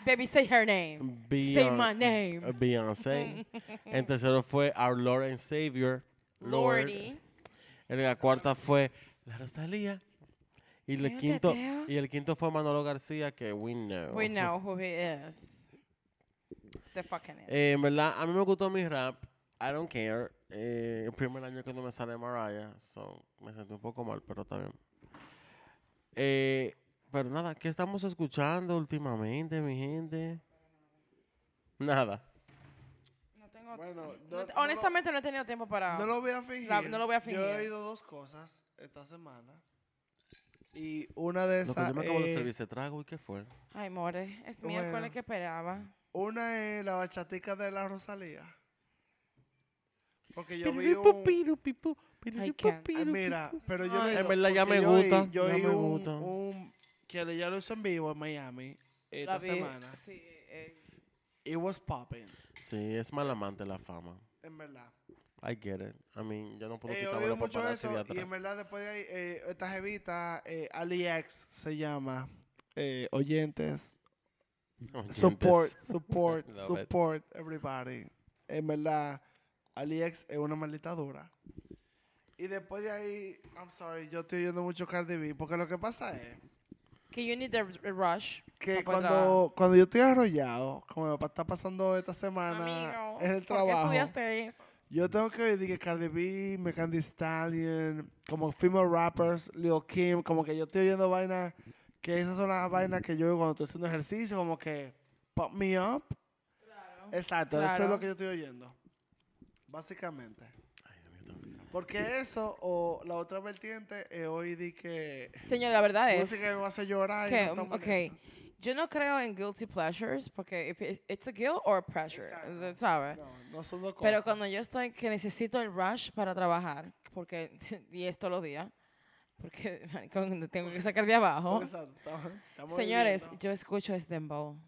Baby, say her name. Say
Beyon-
my name.
Beyoncé. en tercero fue Our Lord and Savior. Lord.
Lordy.
En la cuarta fue La Rosalía. Y el,
Fíjate,
quinto,
Teo.
y el quinto fue Manolo García, que we
Oh.
know.
We know who he is. The fucking is.
Eh, en verdad, a mí me gustó mi rap. I don't care. Eh, el primer año que no me sale Mariah, so me sentí un poco mal, pero está bien. Eh, pero nada, ¿qué estamos escuchando últimamente, mi gente? Nada.
No tengo.
Bueno, no-
no-
no lo-
honestamente no he tenido tiempo para.
No lo voy a fingir.
La- no lo voy a
Yo
fingir.
he oído dos cosas esta semana. Y una de
Lo que
esas
yo me acabo de
es-
servir ese trago y qué fue.
Ay, more. Es
Bueno.
miércoles que esperaba.
Una es la bachatica de la Rosalía. Porque yo vi un...
I can't.
Ah, mira, pero yo no he
Ay,
ido,
en verdad ya
porque
me
yo oí-
gusta,
Yo
ya
oí
me
un-
gusta.
un- que le- ya lo hizo en vivo en Miami esta
La vi-
semana.
Sí, eh,
It was popping,
Sí, es malamante la fama.
en verdad.
I get it. I mean, yo no puedo
He
quitarme
oído
la
Eh, mucho
paparazzi de
eso y en
atrás.
verdad después de ahí, eh, esta jevita, eh, AliEx se llama, eh, oyentes,
Oyentes.
Support, support,
Love it.
support everybody. en verdad, AliEx es una maldita dura. Y después de ahí, I'm sorry, yo estoy oyendo mucho Cardi B, porque lo que pasa es
Que you need a, a rush. pues,
que
pa' poder trabajar.
cuando, cuando yo estoy arrollado, como me pa- está pasando esta
ah.
semana
Amigo,
en el
¿por qué
trabajo,
estudiaste eso?
yo tengo que oír de que Cardi B, me Candy Stallion, como female rappers, Lil Kim, como que yo estoy oyendo vainas, que esas son las vainas que yo oigo cuando estoy haciendo ejercicio, como que pump me up. Exacto, eso es
Claro.
lo que yo estoy oyendo. Básicamente. Porque eso, o la otra vertiente, es hoy di que
Señor, la verdad es
música que me hace llorar y no
que,
estamos en
okay,
eso.
yo no creo en guilty pleasures porque if it- it's a guilt or a pressure,
Exacto.
¿sabes?
No, no son dos cosas.
Pero cuando yo estoy que necesito el rush para trabajar, porque y es todos los días, porque maricón, tengo que sacar de abajo.
Exacto, estamos- estamos
Señores,
viviendo.
yo escucho es Dembow.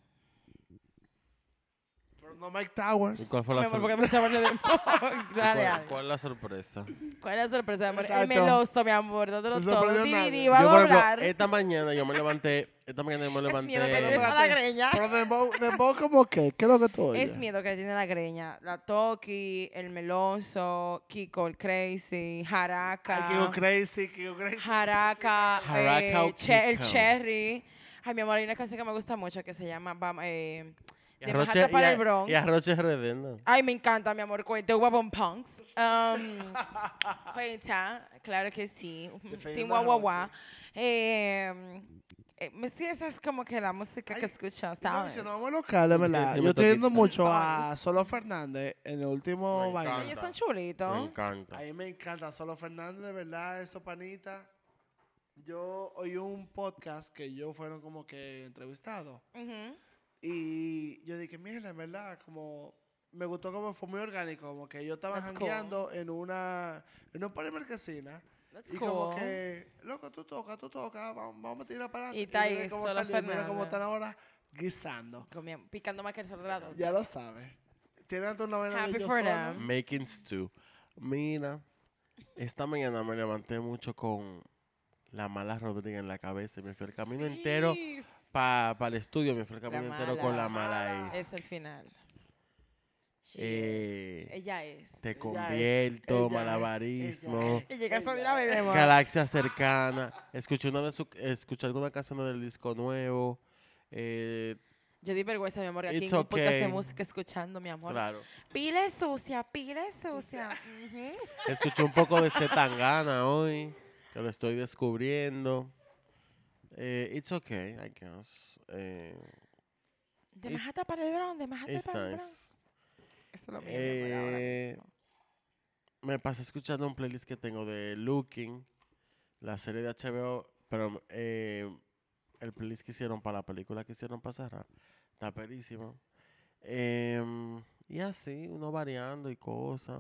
Pero no Mike Towers.
¿Y cuál fue
Mi
la
amor, porque
sorpresa?
me está hablando de Dembow. Dale,
¿Cuál,
dale.
cuál la sorpresa?
¿Cuál es la sorpresa, mi amor? El
Exacto.
meloso, mi amor, dátelo
No
todo.
sorprendió a nadie.
Dividi,
Yo,
vamos
yo,
a
por ejemplo,
hablar.
esta mañana yo me levanté, esta mañana yo me
Es miedo que
levanté.
tienes a la greña.
Pero Dembow, Dembow como que, ¿qué es lo que tú oyes?
Es miedo que tiene la greña. La Toki, el Meloso, Kiko el Crazy, Jaraka.
Ay, Kiko Crazy, Kiko Crazy.
Jaraka,
Jaraka
eh,
o
Che- el
Kiko.
Cherry. Ay, mi amor, hay una canción que me gusta mucho que se llama Bam- eh,
Y
De
arroche-
Manhattan para
y
el
a-
Bronx.
Y arroche redendo.
Ay, me encanta, mi amor. Cuenta, Guapon Punks. Um, cuenta, claro que sí. Team
Defendiendo a
Guaguaguá. Eh, eh, me- sí, esa es como que la música que
Ay,
escucho,
No,
¿sabes?
si no vamos local, ¿verdad?
Dime
Yo estoy
toquita.
viendo mucho a
Ay.
Solo Fernández en el último
Me
baile.
Ellos son chulitos.
Me encanta.
A mí me encanta Solo Fernández, de verdad, eso panita. Yo oí un podcast que yo fueron como que entrevistado
Ujú.
y yo dije, mira, en verdad, como me gustó como fue muy orgánico, como que yo estaba
That's cool.
jangueando en una en un par de marquesinas
That's
y como
cool.
que, loco, tú tocas, tú tocas, vamos, vamos a tirar para adelante.
Y está ahí,
mira cómo
Solo
salió, mira cómo
Fernández.
están ahora guisando.
Comían- picando más que el sol de la doce.
Ya lo sabes. Tienen tu novena
Happy
de yo
for
sola.
them.
Making stew. Mira, esta mañana me levanté mucho con la mala Rodríguez en la cabeza. y Me fui el camino entero
Sí.
para el estudio. Me fui el
La
camino entero
mala.
con la mala ahí.
Es el final. She
Eh,
is. Ella es.
Te
ella
convierto,
es,
malabarismo,
ella
Y llegas a la bebé, amor.
galaxia cercana. Escuché una de su, escuché alguna canción del disco nuevo. eh,
Yo di vergüenza, mi amor, que aquí
It's
en un podcast de
okay.
música escuchando, mi amor.
claro.
Pile sucia, pile sucia. Ujú.
Escuché un poco de Zetangana hoy, que lo estoy descubriendo. Eh, it's okay, I guess. Eh,
De
It's-
Manhattan para el Bronx, de Manhattan
it's
para el
nice.
Bronx. Eso es lo mismo.
Eh, me pasé escuchando un playlist que tengo de Looking, la serie de HBO, pero eh, el playlist que hicieron para la película que hicieron pasar está perísimo. Em, y así, uno variando y cosas.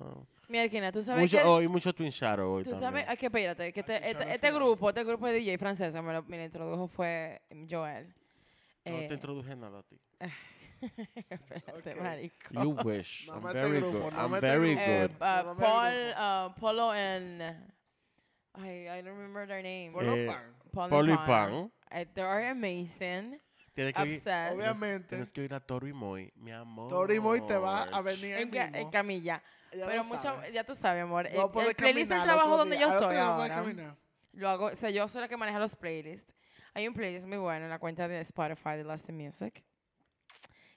Mira, Erkina, tú sabes
Mucho,
que...
hoy mucho Twin Shadow hoy
Tú
también.
sabes, hay que espérate, que este,
Aquí
este,
suena
este
final.
grupo, este grupo de DJ francés, me lo, me lo introdujo fue Joel.
No
Eh,
te introduje nada a ti.
espérate,
Ok.
marico.
You wish.
No
I'm
mete
very
grupo,
good.
no
I'm
mete
very
grupo.
Eh,
good.
uh,
No, no me
Paul,
grupo.
uh, Polo and I, I don't remember their name.
Bueno,
Eh,
pan.
Paul,
Paul y
Pan.
Pan.
Eh, they are amazing.
Tienes que, ir,
Obsessed.
Obvia- Obviamente.
tienes que ir a Toro y Moy, mi amor.
Tori Moy te va
oh,
a venir ahí
En, ca- en
mismo.
camilla.
Ya
Pero
lo
mucho,
sabes.
ya tú sabes, amor.
No
el,
podés
el playlist del
caminar al
trabajo
otro
donde
día.
yo
Al otro
estoy
día no podés
ahora.
caminar.
Lo hago, o sea, yo soy la que maneja los playlists. Hay un playlist muy bueno en la cuenta de Spotify de Lost in Music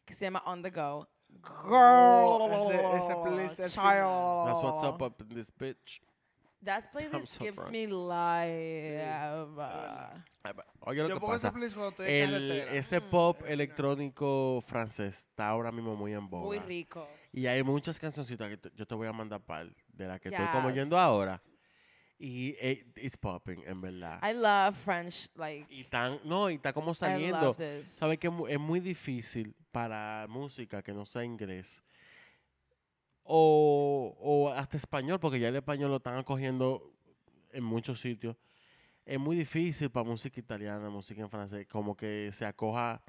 que se llama On the Go. Girl,
Oh, ese- ese playlist es genial.
That's what's
Oh.
up up in this bitch.
That playlist
so
gives
proud.
me Ah, life.
Ay, va- Oye, lo
Yo
que
pongo ese
pasa.
playlist cuando estoy en
El,
carretera.
ese
Mm.
pop electrónico francés está ahora mismo muy en boga.
Muy rico.
Y hay muchas cancioncitas que te- yo te voy a mandar par de las que estoy como
Yes.
yendo ahora. Y eh, it's popping, en verdad.
I love French, like,
Y tan, no, y está como
I
saliendo.
love this.
Sabes que es mu- es muy difícil para música que no sea inglés o, o hasta español, porque ya el español lo están acogiendo en muchos sitios. Es muy difícil para música italiana, música en francés, como que se acoja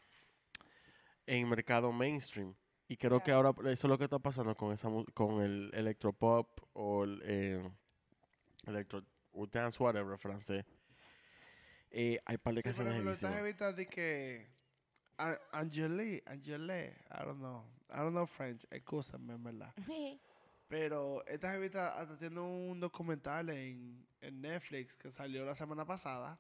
en mercado mainstream. Y creo que
Ya.
ahora eso es lo que está pasando con esa mu- con el electropop o el eh, electro o dance whatever francés. Eh, hay par de
Sí, por
canciones
ejemplo, estás
heavísimas.
evitando de que A- Angeli, Angeli, I don't know. I don't know French, excúsame, en ¿verdad? Pero esta jevita hasta tiene un documental en, en Netflix que salió la semana pasada.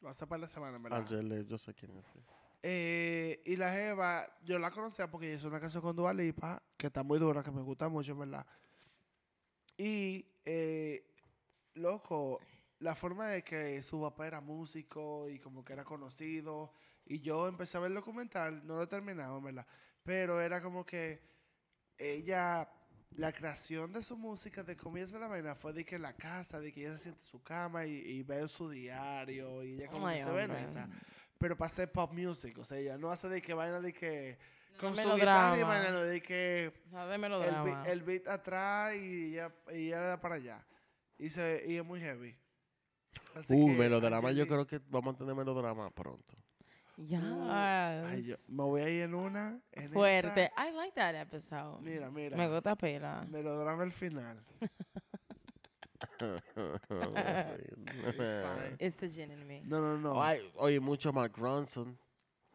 Lo hace para la semana, en ¿verdad?
Angele, yo sé quién es. sí.
Eh, y la Jeva, yo la conocía porque hizo una canción con Dualipa, que está muy dura, que me gusta mucho, en ¿verdad? Y, eh, loco, la forma de que su papá era músico y como que era conocido, y yo empecé a ver el documental, no lo he terminado, en ¿verdad? Pero era como que ella, la creación de su música, de comienzo de la vaina, fue de que en la casa, de que ella se siente en su cama y, y ve su diario, y ella como
Ay,
que se ve en
hombre.
esa pero para hacer pop music. O sea, ella no hace de que vaina de que.
No,
con
no,
su guitarra y
melodrama.
vaina no, de que.
Nada de
El, bi-
melodrama.
el beat atrás y ella, y ella le da para allá. Y, se, y es muy heavy. Así
Uh,
que,
melodrama, yo
Angeli-
creo que vamos a tener melodrama pronto.
Yes.
Ay, yo- me voy a ir en una. En esa.
Fuerte. I like that episode.
Mira, mira.
Me gusta pela.
Melodrama al final. fine.
It's the gin in me.
No, no, no.
Pues, Ay, oye, mucho Mark Ronson,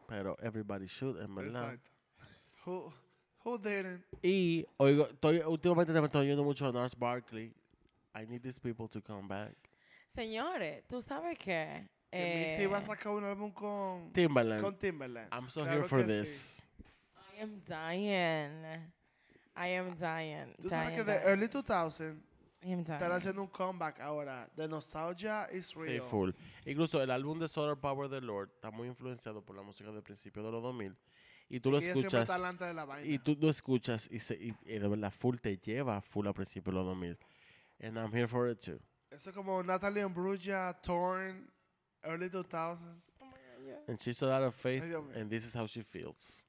pero everybody should, en verdad.
Exacto. Who, who didn't?
Y oigo, estoy, últimamente también estoy oyendo mucho a Nars Barkley. I need these people to come back.
Señores, tú sabes que.
Que Missy
eh,
va a sacar un álbum con,
Timbaland,
con Timberland.
I'm so
Claro
here for
que sí.
this.
I am dying. I am dying.
Tú sabes
dying,
que de
dying.
early 2000
I am dying.
Están haciendo un comeback ahora. The Nostalgia is
Sí,
real.
full. Incluso el álbum de Solar Power the Lord está muy influenciado por la música del principio de los 2000. Y tú lo
Ella siempre
escuchas.
está delante de la vaina.
Y tú lo escuchas y, se, y, y de verdad full te lleva full al principio de los 2000. And I'm here for it too.
Eso es como Natalie Imbruglia, Torn, Early 2000s.
And she's out of faith
Ay, Dios mío.
and this is how she feels.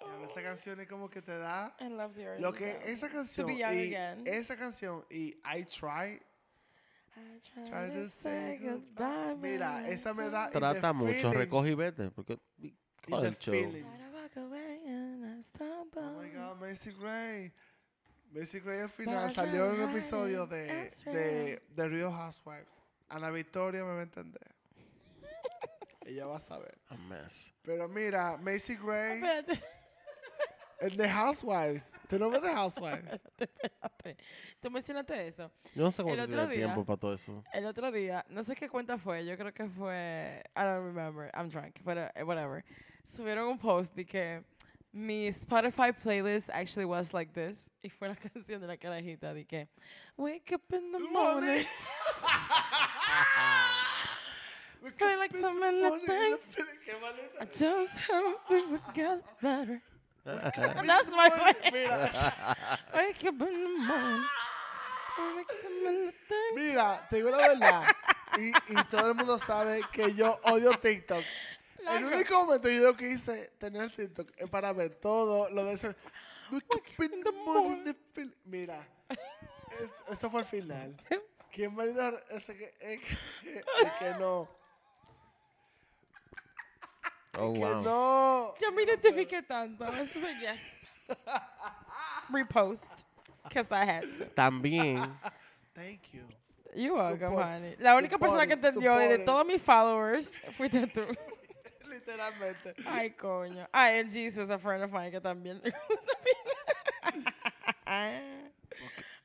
Y Esa canción es como que te da...
I love the Oh. early
Lo que
days.
esa canción
be
y
young again.
esa canción y I try
I try
try
to say goodbye,
Mira,
but I
esa me
can't.
da in the
Trata mucho,
feelings.
recoge y vete. Porque,
In
¿cuál
the
es el show?
feelings.
Try to walk away and I stumble.
Oh my god, Macy Gray. Macy Gray al
But
final
I
salió en un
tried,
episodio de,
that's
de, de Real Housewives. Ana Victoria me va a entender. Ella va a saber.
A mess.
Pero mira, Macy Gray
Espérate,
en The Housewives. ¿Tú no ves The Housewives?
espérate. Tú mencionaste eso.
Yo no sé cómo
El
tú
otro
tienes
día-
tiempo para todo eso.
El otro día, no sé qué cuenta fue, yo creo que fue, I don't remember, I'm drunk, but uh, whatever. Subieron un post de que mi Spotify playlist actually was like this. Y fue la canción de la carajita de que, wake up in the morning, feel like something to think,
Qué maleta.
I just have things that got better. That's my playlist.
Mira,
Wake up in the morning, feel like something to think.
mira, te digo la verdad. Y, y todo el mundo sabe que yo odio TikTok. El
Loco.
único momento yo que hice tener TikTok es para ver todo lo de ese.
in the morning.
Mira, es- eso fue el final. ¿Quién va a ayudar? Ese que, eh, que- que no.
Oh,
Que
wow.
no.
Yo me identifiqué tanto. Eso soy yo. Repost. Because I had to.
También,
Thank you.
You're welcome,
Support-
honey. La única persona que
supported,
entendió de
supported.
todos mis followers fuiste tú.
Literalmente.
Ay, coño. Ay, and Jesus, a friend of mine que también. I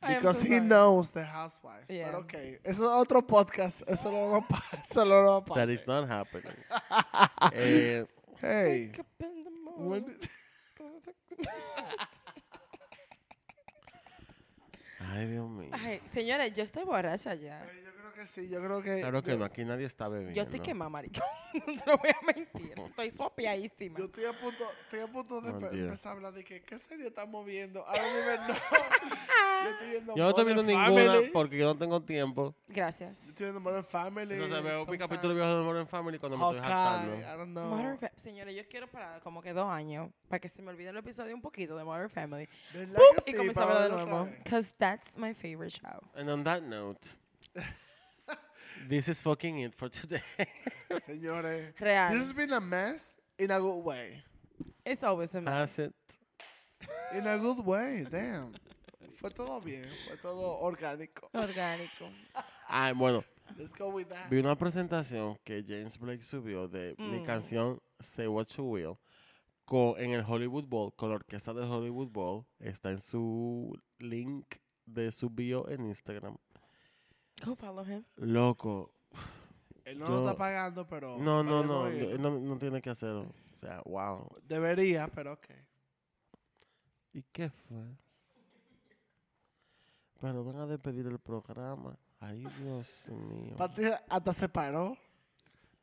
am
Because
so
he
sorry.
knows the housewives.
Yeah.
But okay, eso es otro podcast. Eso lo vamos a Eso lo vamos a
that is not happening. eh,
Hey.
Wake up in the morning.
When,
ay, Dios mío.
Ay, señores, yo estoy borracha ya.
yo creo que sí, yo creo que.
Claro que
yo,
no, aquí nadie está bebiendo.
Yo estoy quemada, maricón. No te lo voy a mentir. Estoy suapiadísima.
Yo estoy a punto, estoy a punto de
Oh,
empe-
dear.
empezar a hablar de que, ¿qué serie estamos viendo? I don't even know. yo estoy viendo.
Yo no estoy viendo
Modern
ninguna
Family.
porque yo no tengo tiempo.
Yo
Gracias.
estoy viendo Modern Family.
Entonces veo mi
sometime.
capítulo viejo de Modern Family cuando me estoy
Hawkeye,
jactando.
I don't know.
Modern Fa- Señores, yo quiero parar como que dos años para que se me olvide el episodio un poquito de Modern Family.
¿Verdad
¡Pum!
que sí?
y comenzar a
Para
hablar de
verlo
nuevo.
otra vez.
Because that's my favorite show.
And on that note, this is fucking it for today.
Señores.
Real.
This has been a mess in a good way.
It's always a mess.
That's it.
In a good way, damn. Fue todo bien, fue todo orgánico.
Orgánico.
Ay, Ah, bueno,
Let's go with that.
Mm. vi una presentación que James Blake subió de mi canción Say What You Will. co- en el Hollywood Bowl, con la orquesta del Hollywood Bowl. Está en su link de su bio en Instagram.
Go follow him.
Loco.
Él no lo está
Yo-
pagando, pero.
No, no, no.
podemos ir.
yo- No, no tiene que hacerlo. O sea, wow.
Debería, pero ok.
¿Y qué fue? Pero van a despedir el programa. Ay, Dios mío.
Partida hasta se paró.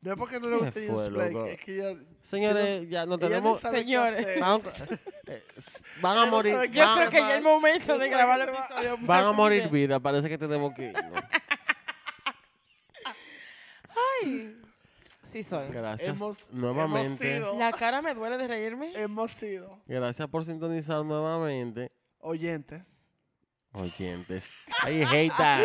No es porque no le
¿Qué
guste
fue,
James Blake,
loco?
es que ella.
Señores, ya no
ella ni
tenemos.
sabe qué
Señores.
hacer.
Vamos- eh, s- van a
no
morir.
sabe qué
Yo
Ah,
creo
Van,
que ya es el
vale.
momento
Ella
de
se
grabar el
va-
episodio.
van a morir vida. Parece que tenemos que irnos.
Sí soy.
Gracias
Hemos-
nuevamente.
hemos sido-
La cara me duele de reírme.
Hemos sido
Gracias por sintonizar nuevamente.
oyentes.
Oyentes. Ay, hate that.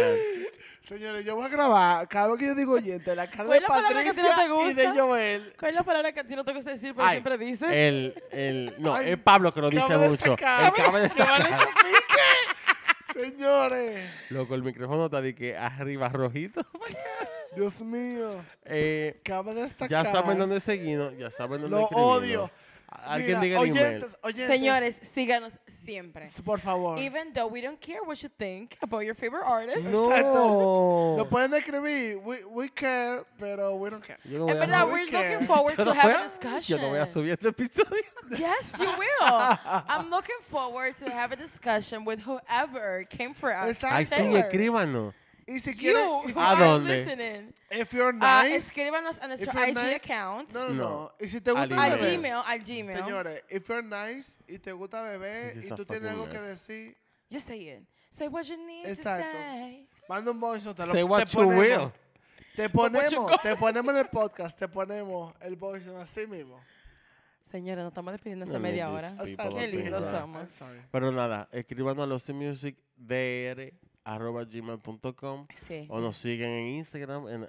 Señores, yo voy a grabar. Cada vez que yo digo oyente, la cara
¿Cuál
de
es la palabra que a ti no
Patricia
te
y de
gusta?
Joel.
¿Cuál es la palabra que a ti no te gusta decir, pero
Ay, Eh.
siempre dices?
El, el, no,
Ay,
es Pablo que lo dice
cabe
mucho.
destacar.
El cabe destacar.
¡Maldito pique! Señores,
Loco, el micrófono está de que arriba rojito.
Dios mío.
Eh,
Cabe destacar.
ya saben dónde seguirnos, ya saben dónde
Lo
escribirnos.
odio.
A- Alguien
Mira,
diga el email.
oyentes, oyentes.
Señores, síganos siempre.
Por favor.
Even though we don't care what you think about your favorite artist.
No.
Lo pueden escribir. We, we care, pero we don't care.
Yo no voy
En
a-
verdad,
we
we're
care.
looking forward
yo
to
no
have
voy
a
a-
discussion.
Yo no voy a subir este episodio.
Yes, you will. I'm looking forward to have a discussion with whoever came for us.
Exacto.
Ay, sí,
Taylor.
escríbanos.
Y si
You
quieren, y si,
who
¿A
are
dónde?
listening.
if you're
Uh,
nice,
escríbanos a nuestro
if you're
IG
nice-
account.
no, no,
No.
no. Y si te
Al
gusta
Al
email.
beber,
Gmail, al Gmail.
señores, if you're nice y te gusta beber
This is
y
a
tú tienes
fucking
algo que
mess.
decir,
Just say it. Say what you need
Exacto.
to say.
manda un voice note. te lo-
Say what
te
you
ponemos,
will.
Te
what you
ponemos,
got.
te ponemos en el podcast, te ponemos el voice note así mismo.
Señores, nos estamos despidiendo hace
No need
media
this.
hora.
People
Exacto.
Qué up in lindos here. somos.
I'm sorry.
Pero nada, escríbanos a losthemusicdr.gmail.com
Sí.
o nos siguen en Instagram en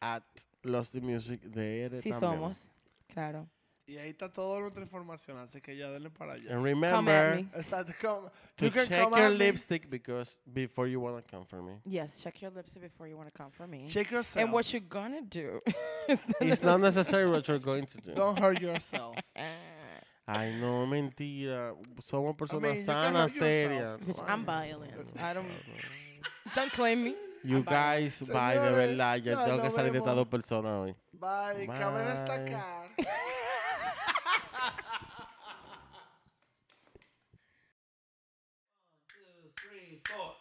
at losthemusicdr
Sí
también.
somos. Claro.
Y ahí está toda nuestra información, así que ya denle para allá.
And
Come at
remember
me.
Exacto. Come,
to
you can
check
come
your
at me.
lipstick because before you wanna come for me.
Yes, check your lips before you want to come for me.
Check yourself.
and what you're gonna do. is not
It's not necessary what you're going to do.
Don't hurt yourself.
Ay, no, mentira. Somos personas
you can
sanas,
hurt yourself.
serias.
It's
Bitch, I'm violent. I don't. Don't claim me.
You guys, bye, de
Señores,
verdad. Ya
ya
tengo que
nos
salir de estas dos
vemos.
personas hoy.
Bye. Cabe
Bye.
destacar.
three, four.